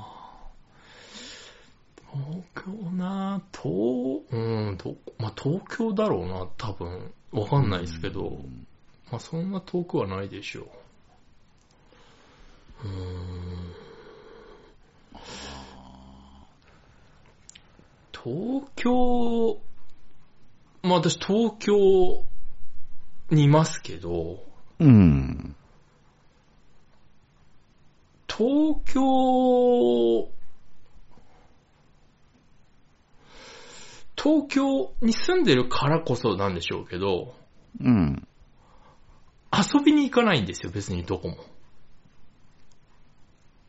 東京な、東、うん、どこ、まあ、東京だろうな、多分。わかんないですけど、
うん
まあ、そんな遠くはないでしょう。うーん。東京、まあ私東京にいますけど、
うん。
東京東京に住んでるからこそなんでしょうけど、
うん。
遊びに行かないんですよ、別にどこも。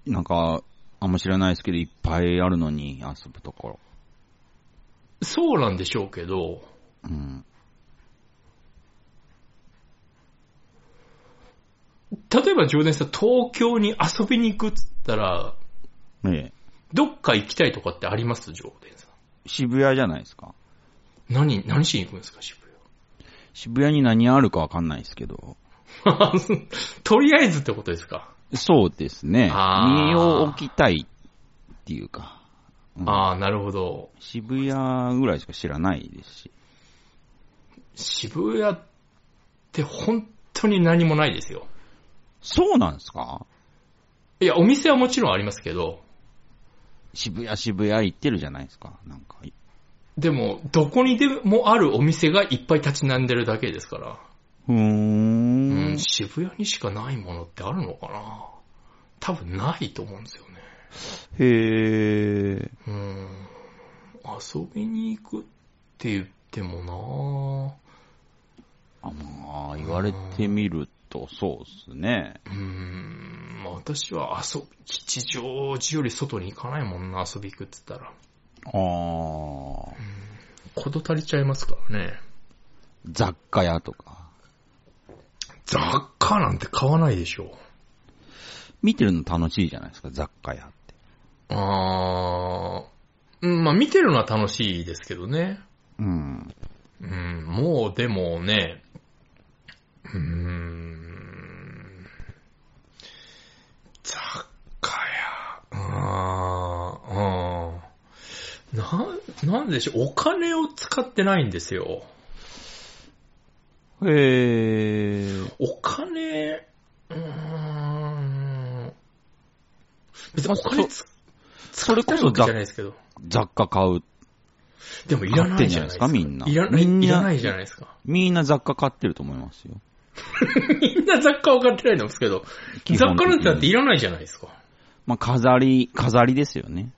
なんか、あんま知らないですけど、いっぱいあるのに遊ぶところ。
そうなんでしょうけど、
うん。
例えば常連さん、東京に遊びに行くっつったら、
ええ。
どっか行きたいとかってあります常連さん。
渋谷じゃないですか。
何、何しに行くんですか、渋谷。
渋谷に何あるかわかんないですけど。
[LAUGHS] とりあえずってことですか。
そうですね。
あー
身を置きたいっていうか。うん
ああ、なるほど。
渋谷ぐらいしか知らないですし。
渋谷って本当に何もないですよ。
そうなんですか
いや、お店はもちろんありますけど、
渋谷渋谷行ってるじゃないですか。なんか、
でも、どこにでもあるお店がいっぱい立ち並んでるだけですから。
ふー
うんん、。渋谷にしかないものってあるのかな多分ないと思うんですよね。
へー。
うん。遊びに行くって言っても
あ、まあ、言われてみると、そうですね。
なうん、私は遊び、吉祥寺より外に行かないもんな、遊び行くって言ったら。
あー。
こと足りちゃいますからね。
雑貨屋とか。
雑貨なんて買わないでしょ。
見てるの楽しいじゃないですか、雑貨屋って。
あー、うんまあ見てるのは楽しいですけどね。
うん。
うん、もうでもね、うーん、雑貨屋、あー、うん。な、なんでしょう、お金を使ってないんですよ。
へー。
お金、うーん、別にお金つ
それこ
使
そ
ってる
雑
わけじゃないですけど。
雑貨買う。
でもいらないじゃないですか。
買ってんじゃないですかみんない
らない、
みんない
らないじゃないですか。
みんな雑貨買ってると思いますよ。
みんな雑貨分かってないんですけど、
基
雑貨
本的に
なんてだっていらないじゃないですか。
まあ、飾り、飾りですよね。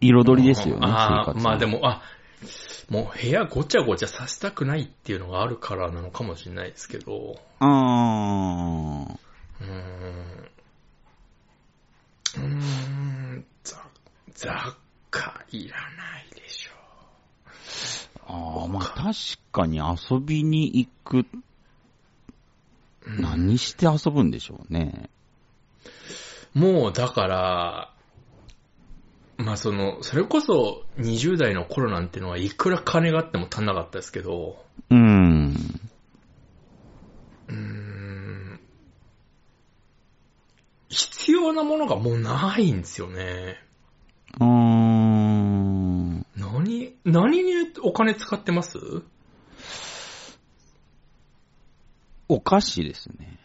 彩りですよね、生
ああ、
活の
まあで。も、あ、もう部屋ごちゃごちゃさせたくないっていうのがあるからなのかもしれないですけど、
あー。
うーん。うーん、雑、雑貨いらないでしょ
あーまあ、確かに遊びに行く。何して遊ぶんでしょうね。
う。もうだから、まあその、それこそ20代の頃なんてのはいくら金があっても足んなかったですけど、
うん。
うーん必要なものがもうないんですよね。
うーん。
何、何にお金使ってます
お菓子ですね。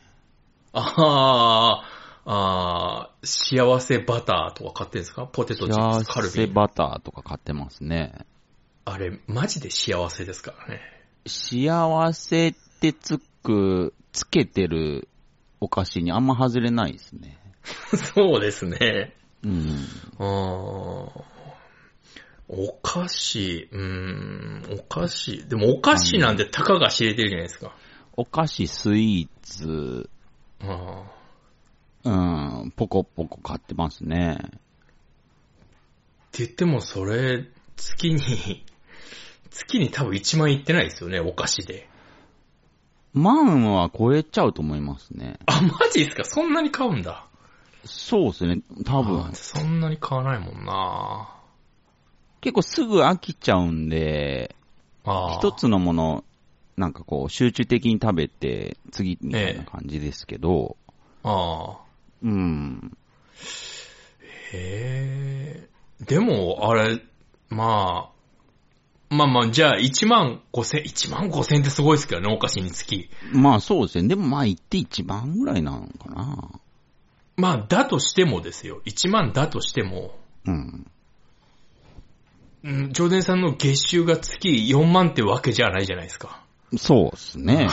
ああ、ああ、幸せバターとか買ってんですかポテトチップス、カ
幸
ル
せ
ビ。
バターとか買ってますね。
あれ、マジで幸せですからね。 [LAUGHS]
幸せってつく、つけてるお菓子にあんま外れないですね。
そうですね。
うん。
あーお菓子、うーん、お菓子。でもお菓子なんてたかが知れてるじゃないですか。
お菓子、スイーツ、
あー
うん、ポコポコ買ってますね。
って言ってもそれ、月に、月に多分1万いってないですよね、お菓子で。
万は超えちゃうと思いますね。
あ、マジですかそんなに買うんだ。
そうですね。多分
あ。そんなに買わないもんな
結構すぐ飽きちゃうんで、
ああ。
一。つのもの、なんかこう、集中的に食べて、次みたいな感じですけど、
ああ。
うん。
へえ。でも、あれ、まあ、まあまあ、じゃあ1万5千、1万5千ってすごいですけどね、お菓子につき。
まあそうですね。でもまあ行って一番ぐらいなのかな。
まあ、だとしてもですよ。1万だとしても、
うん。
うん、常連さんの月収が月4万ってわけじゃないじゃないですか。
そうですね。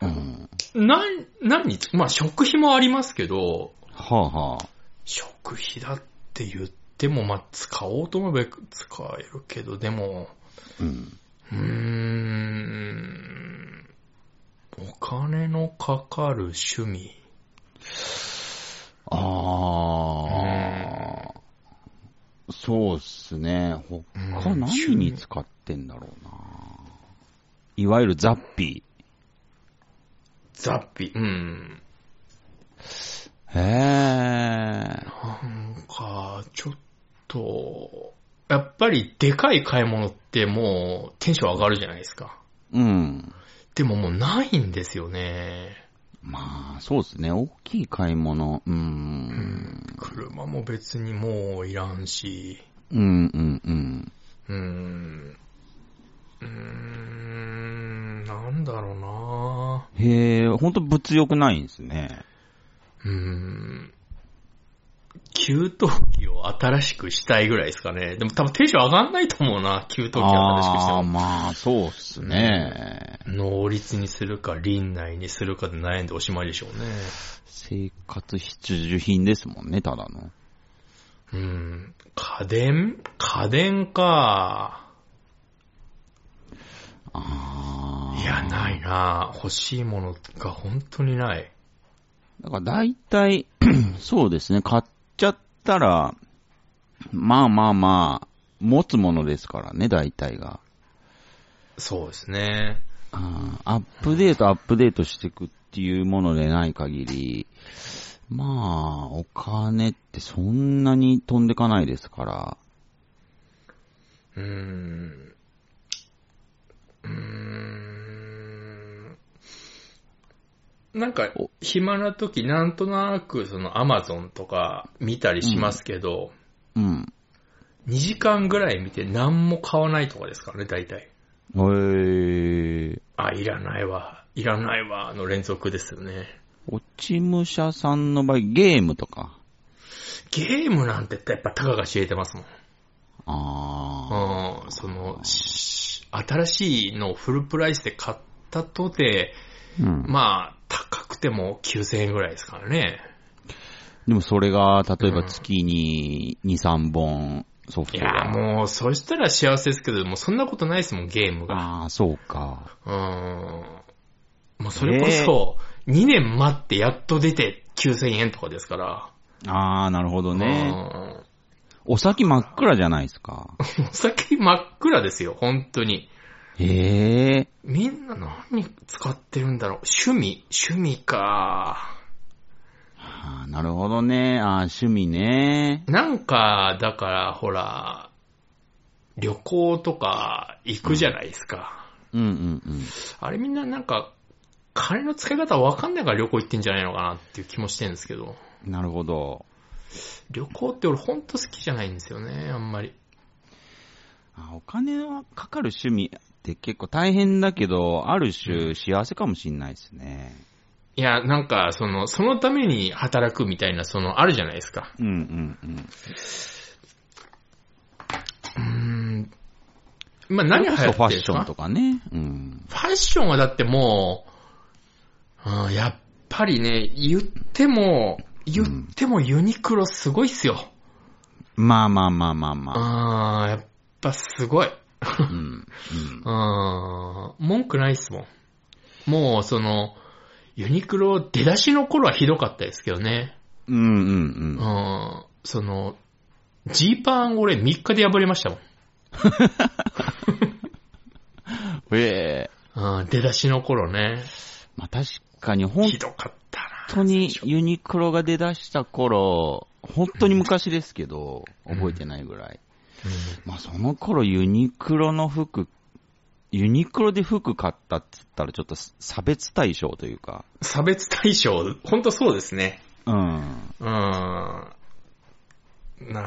うん。
[LAUGHS] なん、何につまあ、食費もありますけど、
はあはあ。
食費だって言っでもまあ使おうと思えば使えるけど、でも、
うん。
うーん、お金のかかる趣味。
あー。そうっすね。他
うん
何に使ってんだろうな。いわゆるザッピ
ザッピ、うん。
ー。へー。
なんか、ちょっと、やっぱりでかい買い物ってもうテンション上がるじゃないですか。
うん。
でももうないんですよね。
まあ、そうっすね。大きい買い物。うーん。
車も別にもういらんし。
うん、うん、うん。
うーん。うーん、なんだろうな
へえ、ほんと物欲ないんですね。
うーん。給湯器を新しくしたいぐらいですかね。でも多分テンション上がんないと思うな、給湯器を新しくして
ああー、
も。
まあ、そうっすね。
能率にするか、輪内にするかで悩んでおしまいでしょうね。
生活必需品ですもんね、ただの。
うん。家電家電か。
ああ。
いや、ないな欲しいものが本当にない。
だから大体、 [CLEARS THROAT] そうですね、買っちゃったら、まあまあまあ、持つものですからね、大体が。
そうですね。
あーアップデート、アップデートしていくっていうものでない限り、まあ、お金ってそんなに飛んでかないですから。
うーん。うーん。なんか
お、
暇な時、なんとなく、その、アマゾンとか見たりしますけど、
うん。
2時間ぐらい見て何も買わないとかですからね、大体。
へー。
あ、いらないわ、いらないわ、の連続ですよね。
落ち武者さんの場合、ゲームとか。
ゲームなんてやっぱたかが知れてますもん。
あ
うん、その、し新しいのをフルプライスで買ったとて、
ー。うん。
まあ、高くても9000円ぐらいですからね。
でもそれが、例えば月に2、3本ソフ
い
ト
や
が。
もう、そしたら幸せですけど、もうそんなことないですもん、ゲームが。
ああ、そうか。
うーん。もうそれこそ、2年待ってやっと出て9000円とかですから。
ああ、なるほどね。
ね
お先真っ暗じゃないですか。
お酒真っ暗ですよ、本当に。
[LAUGHS] へえ。
みんな何使ってるんだろう。趣味趣味か。
ああ、なるほどね。ああ、趣味ね。
なんか、だから、ほら、旅行とか行くじゃないですか。
うんうんうん。
あれみんななんか、金の使い方わかんないから旅行行ってんじゃないのかなっていう気もしてるんですけど。
なるほど。
旅行って俺ほんと好きじゃないんですよね、あんまり。
あお金はかかる趣味って結構大変だけど、ある種幸せかもしんないですね。
いや、なんか、その、そのために働くみたいな、その、あるじゃないですか。
うんうんうん。
うーん。まあ、何流行っ
そ
てる
う、
ん
ファッ
で
シ
す
ョン
か
とかね。うん。
ファッションはだってもう、うん、やっぱりね、言っても、言ってもユニクロすごいっすよ。
まあまあまあまあまあ。
あー、やっぱすごい。
うん。うん
うん、文句ないっすもん。もう、その、ユニクロ出だしの頃はひどかったですけどね。
うんう
うん
うん。
ん、その、ジーパン俺3日で破れましたもん。
ええ。
うん、出だしの頃ね。
まあ確かに本
ひどかったな。
本当にユニクロが出だした頃、本当に昔ですけど、
うん
覚えてないぐらい。まあその頃ユニクロの服、ユニクロで服買ったって言ったらちょっと差別対象というか、
差別対象、ほんとそうですね。
うん。
うん。な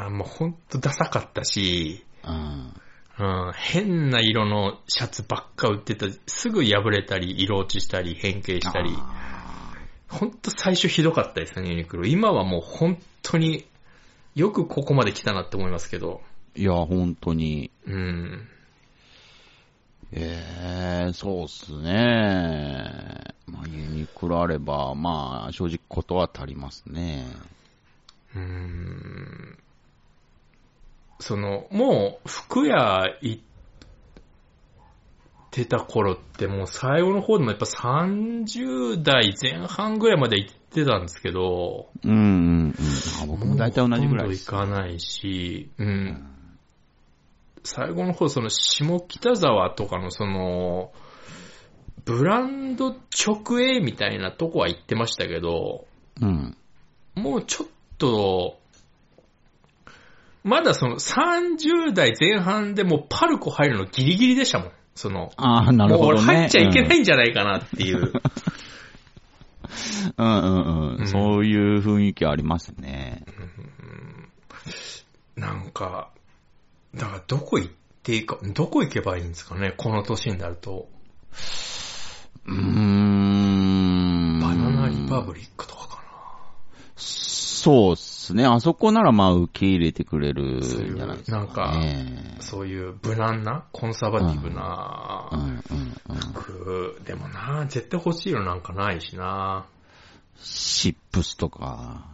あ、もうほんとダサかったし、
うん。
うん、変な色のシャツばっか売ってた。すぐ破れたり、色落ちしたり、変形したり。
あ
ほんと最初ひどかったですね、ユニクロ。今はもう本当によくここまで来たなって思いますけど。
ーいや、本当に。
うん。
ええそうっすね。まあユニクロあれば、まあ正直ことは足りますね。
うん。その、もう、服屋行ってた頃って、もう最後の方でもやっぱ30代前半ぐらいまで行ってたんですけど、
うんうんうん。あ僕も大体同じぐらいで
もうほ
す。
とんど行かないし、う。
うんん
最後の方、その、下北沢とかの、その、ブランド直営みたいなとこは行ってましたけど、
うん。
もうちょっと、まだその30代前半でもうパルコ入るのギリギリでしたもん。その、
ああ、なる
もう
ほど、
俺
ね。
入っちゃいけないんじゃないかなっていう。
うん。うんうん
う
うんん。そういう雰囲気ありますね。
[LAUGHS] なんか、だからどこ行っていいか、どこ行けばいいんですかね、この年になると。
うーん。
バナナリパブリックとかか
そうっすね。あそこならまあ受け入れてくれるん
そういう
じゃないですか、ね。
な。そういう無難な、コンサバティブな
うんうんうん。
服、でもな、絶対欲しいのなんかないしな。
シップスとか。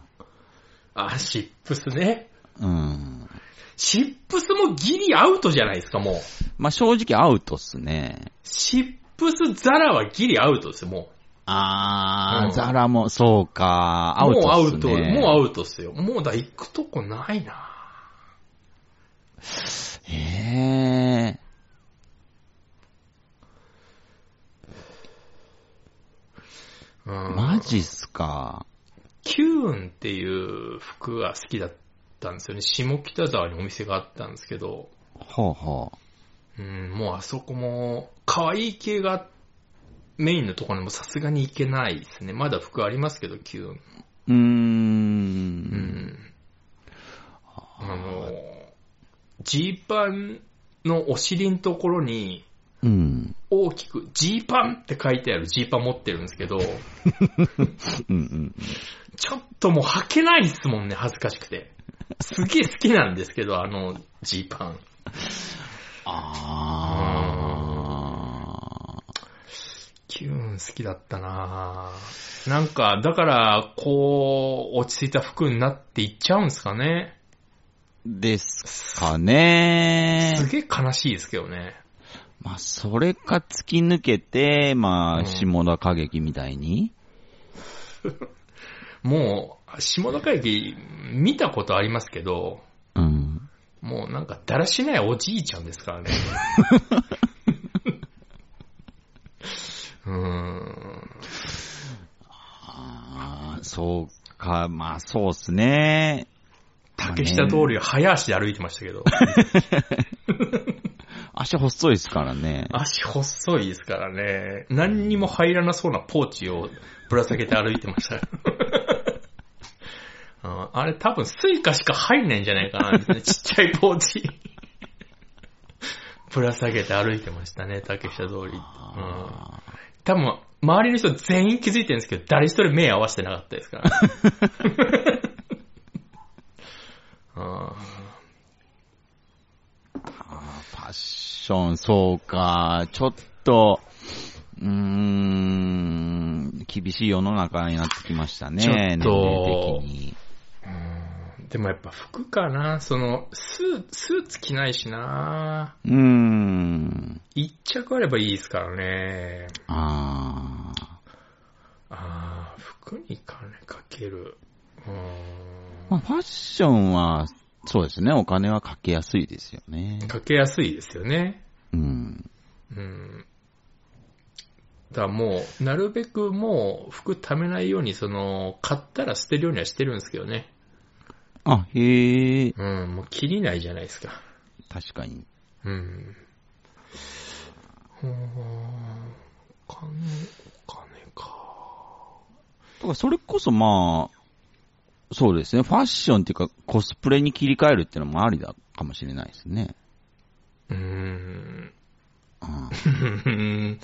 あ、シップスね。
うん。
シップスもギリアウトじゃないですか、もう。
まあ正直アウトっすね。
シップスザラはギリアウトですよ、も
あー、
うん
ザラも、そうか、
う。
アウトっすね。
もうアウ
ウト。
ト、もうアウトっすよ。もうだ、行くとこないな。
へー。
うん。
マジっすか。
キューンっていう服が好きだったんですよね。下北沢にお店があったんですけど、
ほうほ
うん、もうあそこも、可愛い系がメインのところにもさすがに行けないですね。まだ服ありますけど、キュー
う。
ン。
うー。
うんん。あの、ジーパンのお尻のところに、
うん。
大きく、ジーパンって書いてあるジーパン持ってるんですけど、
うんうん。
ちょっともう履けないですもんね、恥ずかしくて。すげえ好きなんですけど、あのジーパン。
あ
キューン好きだったなぁなんか、だから、こう、落ち着いた服になっていっちゃうんですかね。
ー。ですかね
すげえ悲しいですけどね。
まあ、それか突き抜けて、ま
う
あ、
ん
下田歌劇みたいに。
もう、下田駅見たことありますけど、
うん。
もうなんかだらしないおじいちゃんですからね。うーん。
あー、そうか、まあ、そうっすね。
竹下通りを早足で歩いてましたけど、
足細いですからね。
足細いですからね、何にも入らなそうなポーチをぶら下げて歩いてました。 [LAUGHS] うんあれ多分スイカしか入んないんじゃないかな、みたいなちっちゃいポーチ。 [LAUGHS] ぶら下げて歩いてましたね、竹下通り。うん
あー
多分、周りの人全員気づいてるんですけど、誰一人目合わせてなかったですから。
[LAUGHS] あ
あ
ーファッション、そうか、ちょっと、うーん、厳しい世の中になってきましたね、
ちょっ
年
と
齢的に。
ーうんでもやっぱ服かな。その、スースーツ着ないしな。
うーん、
一着あればいいですからね。
ああ。
ああ、服に金かける。うー
まあ、ファッションは、そうですね、お金はかけやすいですよね
ん。。かけやすいですよね。
うん。
うん。だからもう、なるべくもう服貯めないように、その、買ったら捨てるようにはしてるんですけどね。
あ、へえ、
うん、もう切りないじゃないですか。
確かに。
うん。ほーん、お金、お金か。
だからそれこそまあ、そうですね、ファッションっていうかコスプレに切り替えるっていうのもありだかもしれないですね。
うーん。
うん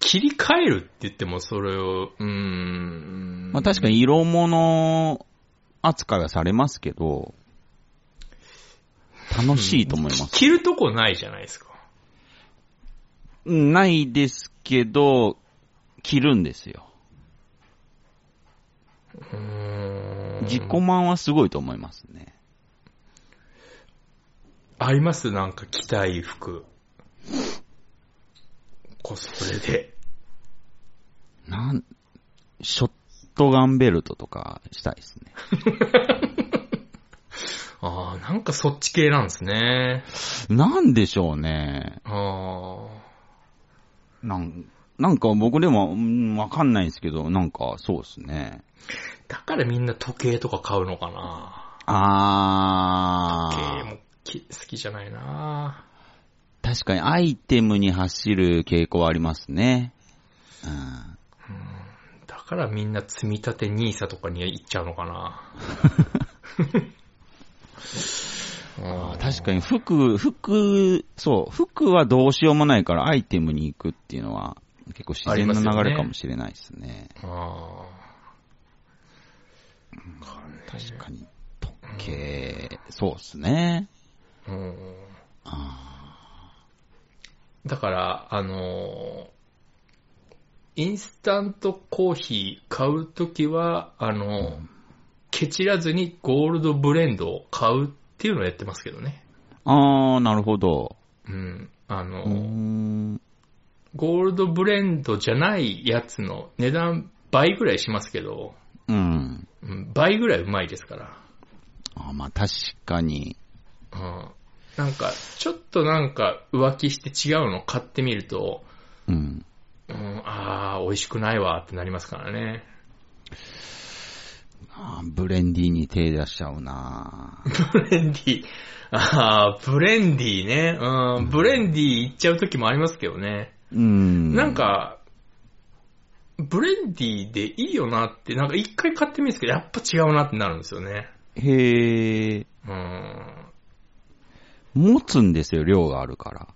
切り替えるって言ってもそれを、うーん。
まあ確かに色物扱いはされますけど、楽しいと思います。
着るとこないじゃないですか。
うんないですけど、着るんですよ。
うーん。
自己満はすごいと思いますね。
ありますなんか着たい服。コスプレで。
なん、ショットガンベルトとかしたいですね。
ああ、なんかそっち系なんですね。
なんでしょうね。
あ
なんなんか僕でも、うんわかんないんですけど、なんかそうですね。
あ。だからみんな時計とか買うのかな。
あ
時計
ー、
もき好きじゃないな。
確かにアイテムに走る傾向はありますね。うん、
だからみんな積み立て NISA とかに行っちゃうのかな。あ
あ確かに服、服、そう、服はどうしようもないからアイテムに行くっていうのは結構自然な流れかもしれないですね。
あ
確かに。時計、そうですね。
ーうんだから、あのーインスタントコーヒー買うときは、あのーケチらずにゴールドブレンドを買うっていうのをやってますけどね。
あー、なるほど。
うん。あのー
うーん。
ゴールドブレンドじゃないやつの値段倍ぐらいしますけど、
うん。
うん、倍ぐらいうまいですから。
あまあ確かに。
うん。なんか、ちょっとなんか浮気して違うの買ってみると、
うん。
うん、あー、美味しくないわってなりますからね。
あーブレンディーに手出しちゃうな
ブレンディー。あー、ブレンディーね。うん、ブレンディー行っちゃう時もありますけどね。
うん。
なん、か、ブレンディーでいいよなって、なんか一回買ってみるんですけど、やっぱ違うなってなるんですよね。
へえ、
うん。
持つんですよ、量があるから。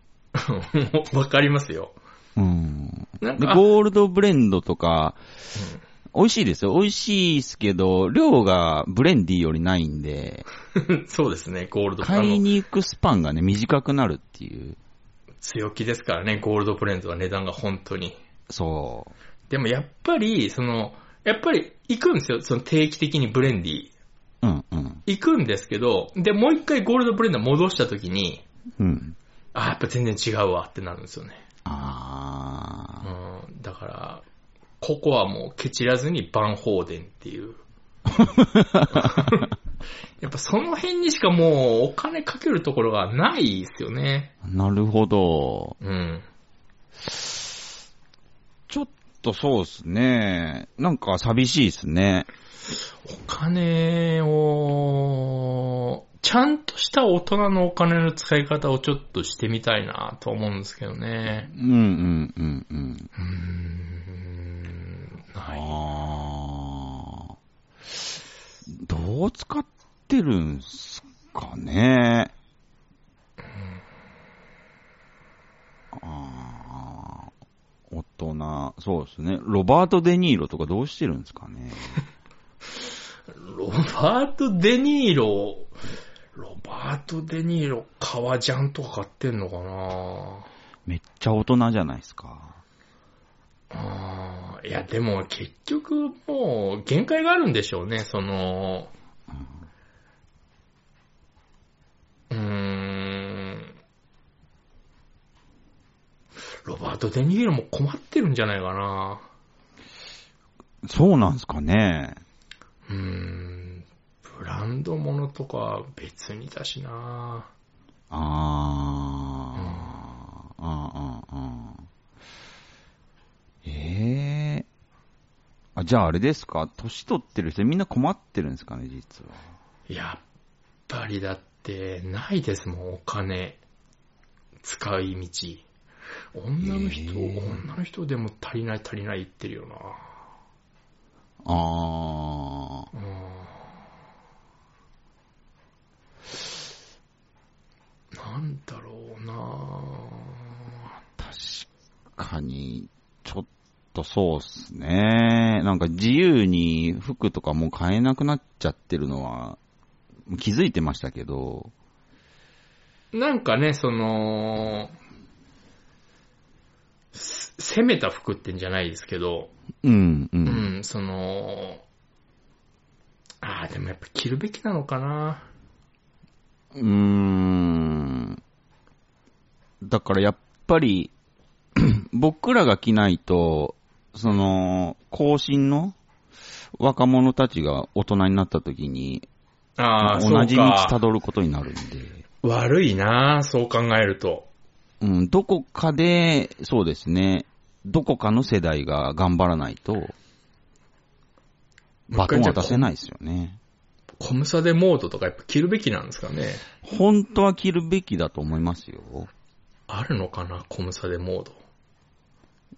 [LAUGHS] わかりますよ。
うん。
なん
で、
か、
ゴールドブレンドとか、美味しいですよ。美味しいですけど、量がブレンディーよりないんで、
そうですね、ゴールド。あ
買い
の、
に行くスパンがね、短くなるっていう。
強気ですからね、ゴールドブレンドは値段が本当に。
そ
でもやっぱり、その、やっぱり行くんですよ、その定期的にブレンディー。
う。うん、うん、
行くんですけど、で、もう一回ゴールドブレンド戻した時に、
うん。
あ、やっぱ全然違うわってなるんですよね。
あ
うん、だから、ここはもうケチらずにバンホーデンって [LAUGHS] いう。やっぱその辺にしかもうお金かけるところがないですよね。
ー、なるほど。
うん。
ちょっとそうですね。なんか寂しいですね。
お金を、ちゃんとした大人のお金の使い方をちょっとしてみたいなと思うんですけどね。
うんうんうんうん。
うーん。はい。
あーどう使ってるんすかね。あー大人、そうですね。ロバート・デ・ニーロとかどうしてるんですかね。
ロバート・デ・ニーロ、ロバート・デ・ニーロ、革ジャンとか買ってんのかな
めっちゃ大人じゃないですか。
あーいや、でも結局もう限界があるんでしょうね、その、うーん、ロバート・デ・ニーロも困ってるんじゃないかな。
そうなんですかね。
うーん、ブランドものとか別にだしな。
あー、あー、あー、あー。ええあ、じゃああれですか年取ってる人みんな困ってるんですかね、実は。
やっぱりだって、ないですもん、お金。使い道。女の人、
へえ
女の人でも足りない足りない言ってるよな。
あー。
なんだろうな
確かに、ちょっとそうっすね。なんか自由に服とかもう買えなくなっちゃってるのは、気づいてましたけど、
なんかね、その、す攻めた服ってんじゃないですけど、
うん、う。
うんん、その、ああ、でもやっぱ着るべきなのかな
うーん。だからやっぱり、 [CLEARS THROAT] 僕らが着ないと、その、後進の若者たちが大人になった時に、
ああ、そう
同じ道
か。
辿ることになるんで、
悪いなそう考えると。
うん、どこかで、そうですね、どこかの世代が頑張らないと、バトンは出せないですよね。
コムサでモードとかやっぱ着るべきなんですかね。
本当は着るべきだと思いますよ。
あるのかな、コムサでモード。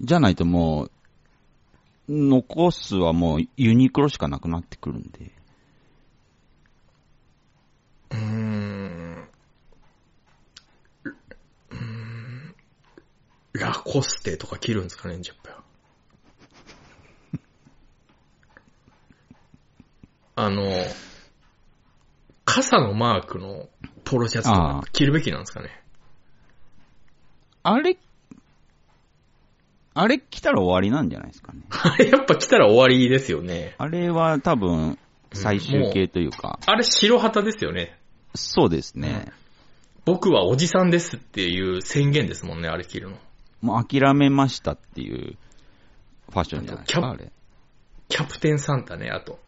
じゃないともう、残すはもうユニクロしかなくなってくるんで。
うーん。うーんラコステとか着るんですかね、ジャパン。あの、傘のマークのポロシャツとか着るべきなんですかね。 [LAUGHS]
あれ、あれ来たら終わりなんじゃないですかね。
あれやっぱ着たら終わりですよね。
あれは多分、最終形というか、
あれ白旗ですよね。
そうですね。
僕はおじさんですっていう宣言ですもんね、あれ着るの。
もう諦めましたっていうファッションじゃないですか、
あ
あ
と
れ。
キャプテンサンタね、あと。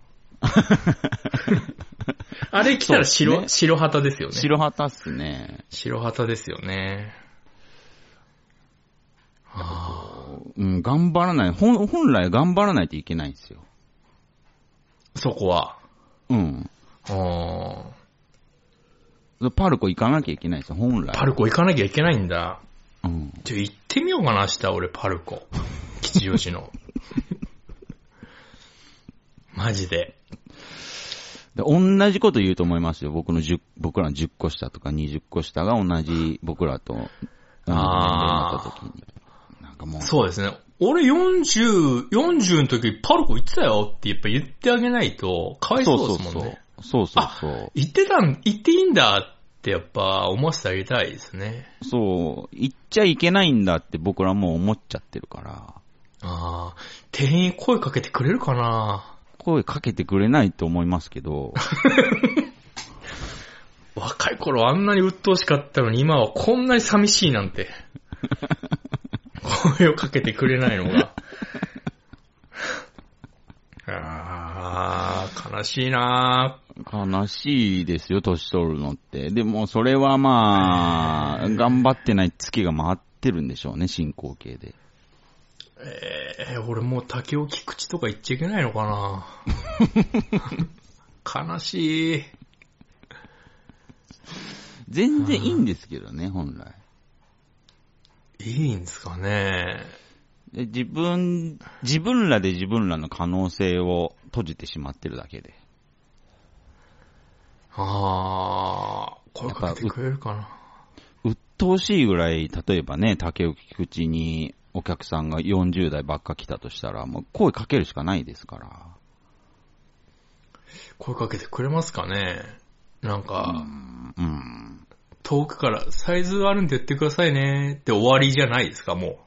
あれ着たら
そう
白、
です
白旗ですよ
[LAUGHS]
ね。
白旗っすね。
白旗ですよね。はあ
うん、頑張らない。本本来頑張らないといけないんですよ。
そこは。
うん。
うん
パルコ行かなきゃいけないんですよ、本来。
パルコ行かなきゃいけないんだ。
うん。
ちょ、行ってみようかな、明日、俺、パルコ。吉祥寺の。 [LAUGHS] マジで。
で、同じこと言うと思いますよ。僕の10、僕らの10個下とか20個下が同じ僕らと、あ
あー
の年齢になった時に。なんかもう、
そうですね。俺40、40の時パルコ行ってたよってやっぱ言ってあげないと、かわいそうですもんね。
そうそうそう。
行ってたん、行っていいんだってやっぱ思わせてあげたいですね。
そう、行っちゃいけないんだって僕らもう思っちゃってるから、
ああ、店員声かけてくれるかな
声かけてくれないと思いますけ
[LAUGHS]
ど、
若い頃あんなに鬱陶しかったのに今はこんなに寂しいなんて。声をかけてくれないのが。ああ、悲しいな
悲しいですよ、年取るのって。でも、それはまあ、頑張ってない月が回ってるんでしょうね、進行形で。
えー、俺もう竹尾菊池とか言っちゃいけないのかな悲しい。
全然いいんですけどね、本来。
いいんですかね
で自分、自分らで自分らの可能性を閉じてしまってるだけで。
ああ、声かけてくれるかな。
鬱陶しいぐらい、例えばね、竹内菊池にお客さんが40代ばっか来たとしたら、もう声かけるしかないですから。
声かけてくれますかねなんか、
うん。
遠くからサイズあるんで言ってくださいねって終わりじゃないですか、もう。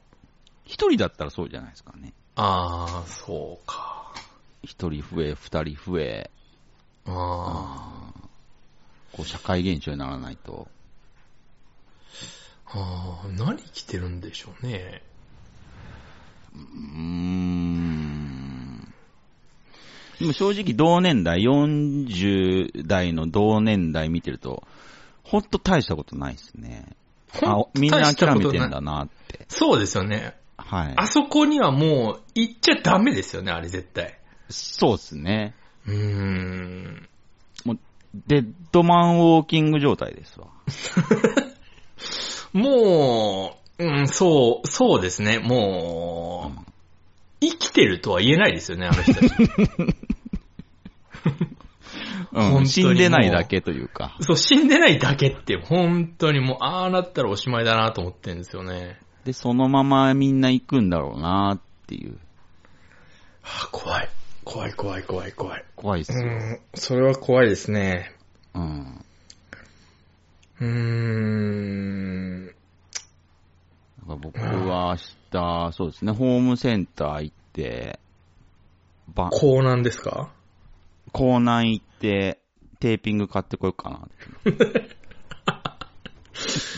一人だったらそうじゃないですかね。
ああ、そうか。
一人増え、二人増え、
あ
こう社会現象にならないと。
ーあー、何着てるんでしょうね。
うーん。でも正直同年代、40代の同年代見てると、ほんと大したことないですね。あ、みんな諦めてん
な
だなって。
そうですよね。
はい。
あそこにはもう行っちゃダメですよね、あれ絶対。
そうですね。
うーん。
デッドマンウォーキング状態ですわ。
もう、うん、そう、そうですね。もう、生きてるとは言えないですよね、あの
[LAUGHS]
人たち。本当
う
に
ん、死んでないだけというか。
そう、死んでないだけって、本当にもう、ああなったらおしまいだなと思ってるんですよね。
で、そのままみんな行くんだろうなっていう。
あー怖い。怖い、怖い、怖い、怖い。
怖いっす
う
よ。
ん、それは怖いですね。
うん。
うーん。
だから僕は明日、そうですね、ホームセンター行って、ば、
こうなんですか
港南行って、テーピング買ってこようかなって。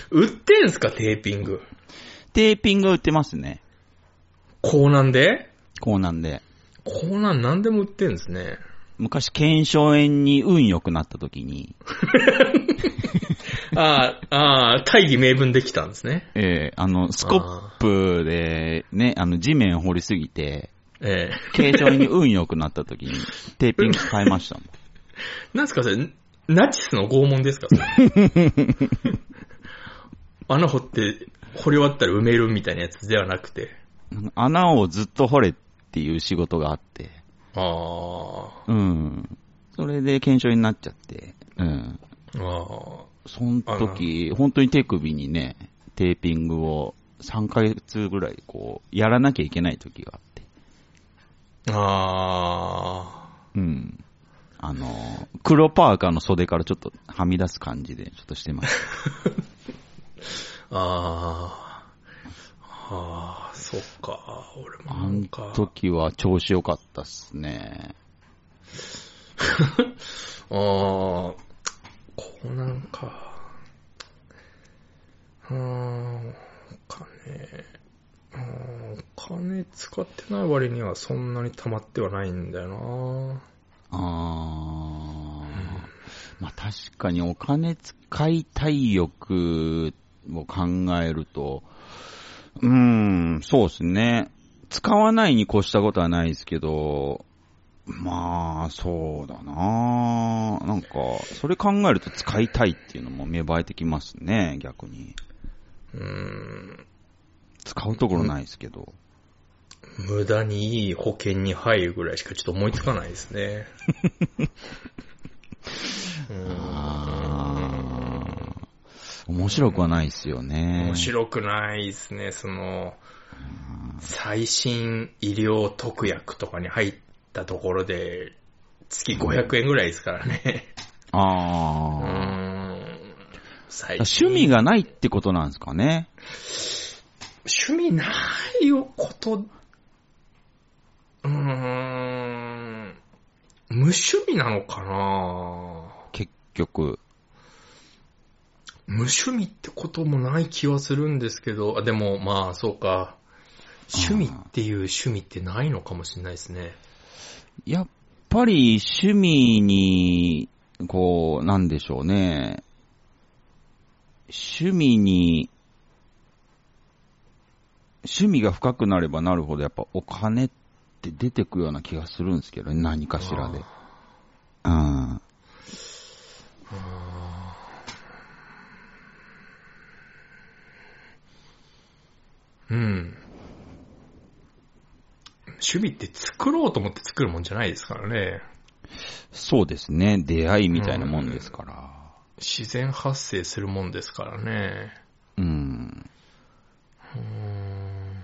売ってんすか、テーピング。
テーピング売ってますね。
こうなんで
こうなんで。
こうなんなんでも売ってんですね。
昔、検証炎に運良くなった時に、
ああ、ああ、大義名分できたんですね。
ええあの、スコップでね、あの、地面掘りすぎて、
ええ
軽症に運良くなった時に、テーピング変えましたもん。
なんすかそれ、ナチスの拷問ですかそれ [LAUGHS] 穴掘って、掘り終わったら埋めるみたいなやつではなくて。
あの穴をずっと掘れっていう仕事があって、
あ
うん。それで検証炎になっちゃって、うん。
あ、あ
その時、本当に手首にね、テーピングを3ヶ月ぐらい、こう、やらなきゃいけない時があって、
あ、あ
うん。あの、黒パーカーの袖からちょっとはみ出す感じで、ちょっとしてました。
あ、ああ、ああ、そっか、俺も
あ
なん
の
か。
時は調子良かったっすね。
ああ、こうなんか。うーん、お金。うーんお金使ってない割にはそんなに溜まってはないんだよな。
あー。まあ確かにお金使いたい欲を考えると、うーん、そうですね。使わないに越したことはないですけど、まあ、そうだななんか、それ考えると使いたいっていうのも芽生えてきますね、逆に。
うーん、
使うところないですけど。
無駄にいい保険に入るぐらいしかちょっと思いつかないですね。う
あ
ーん
ー面白くはないですよね。
面白くないですね、その、最新医療特約とかに入ったところで、月500円ぐらいですからね。うー
ああ。
ん。最
趣味がないってことなんですかね。
趣味ないよ、こと、うーん。無趣味なのかな
結局。
無趣味ってこともない気はするんですけど、あ、でもまあそうか。趣味っていう趣味ってないのかもしれないですね。
やっぱり趣味に、こう、なんでしょうね。趣味に、趣味が深くなればなるほど、やっぱお金って出てくような気がするんですけどね、何かしらで。うん。
うん。趣味って作ろうと思って作るもんじゃないですからね。
そうですね、出会いみたいなもんですから。
自然発生するもんですからね。
うん。
うーん。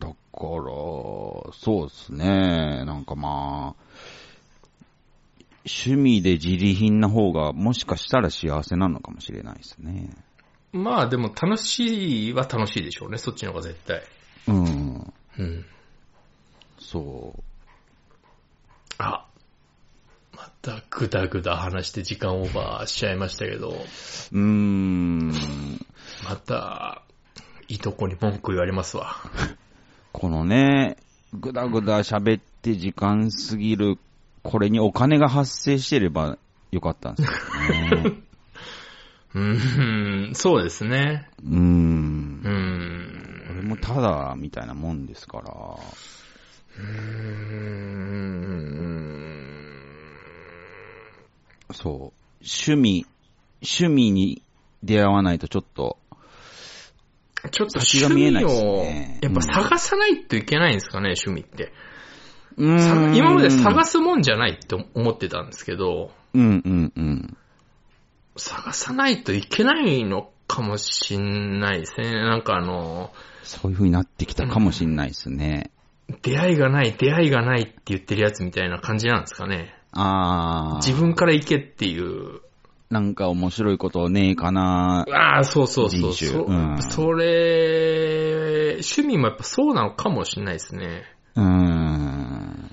だから、そうですね。なんかまあ、趣味で自利品な方がもしかしたら幸せなのかもしれないですね。
まあでも楽しいは楽しいでしょうね。そっちの方が絶対。
うん。
うん。
そう。
あ。またぐだぐだ話して時間オーバーしちゃいましたけど、
うーん。
また、いとこに文句言われますわ。
このね、ぐだぐだ喋って時間過ぎる、これにお金が発生してればよかったんですけどね。
うーん、そうですね。
うーん
う。ー
これ
ん。
もただみたいなもんですから。
うーん。
そう。趣味、趣味に出会わないとちょっと、
ちょっと
先が
趣
見えな
味
いです
を
ね、
やっぱ探さないといけないんですかね、趣味って。
う
さ
ーん
今まで探すもんじゃないって思ってたんですけど、
うんうんうん。
探さないといけないのかもしんないですね。なんかあの、
そういう風になってきたかもしんないですね。
出会いがない、出会いがないって言ってるやつみたいな感じなんですかね。
あ
自
ー、
分から行けっていう。
なんか面白いことねえかな
ああ、そうそうそ
人
うそ
種うん
う。それ、趣味もやっぱそうなのかもしれないですね。
うーん。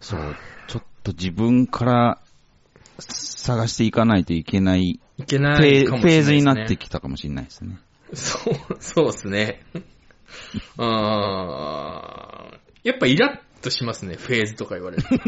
そう、ちょっと自分から探していかないといけない
いけな
フェ
い
ー
かもしれないですね。
フェーズになってきたかもしれないですね。
そう、そうですね。あーやっぱイラッとしますね、フェーズとか言われると。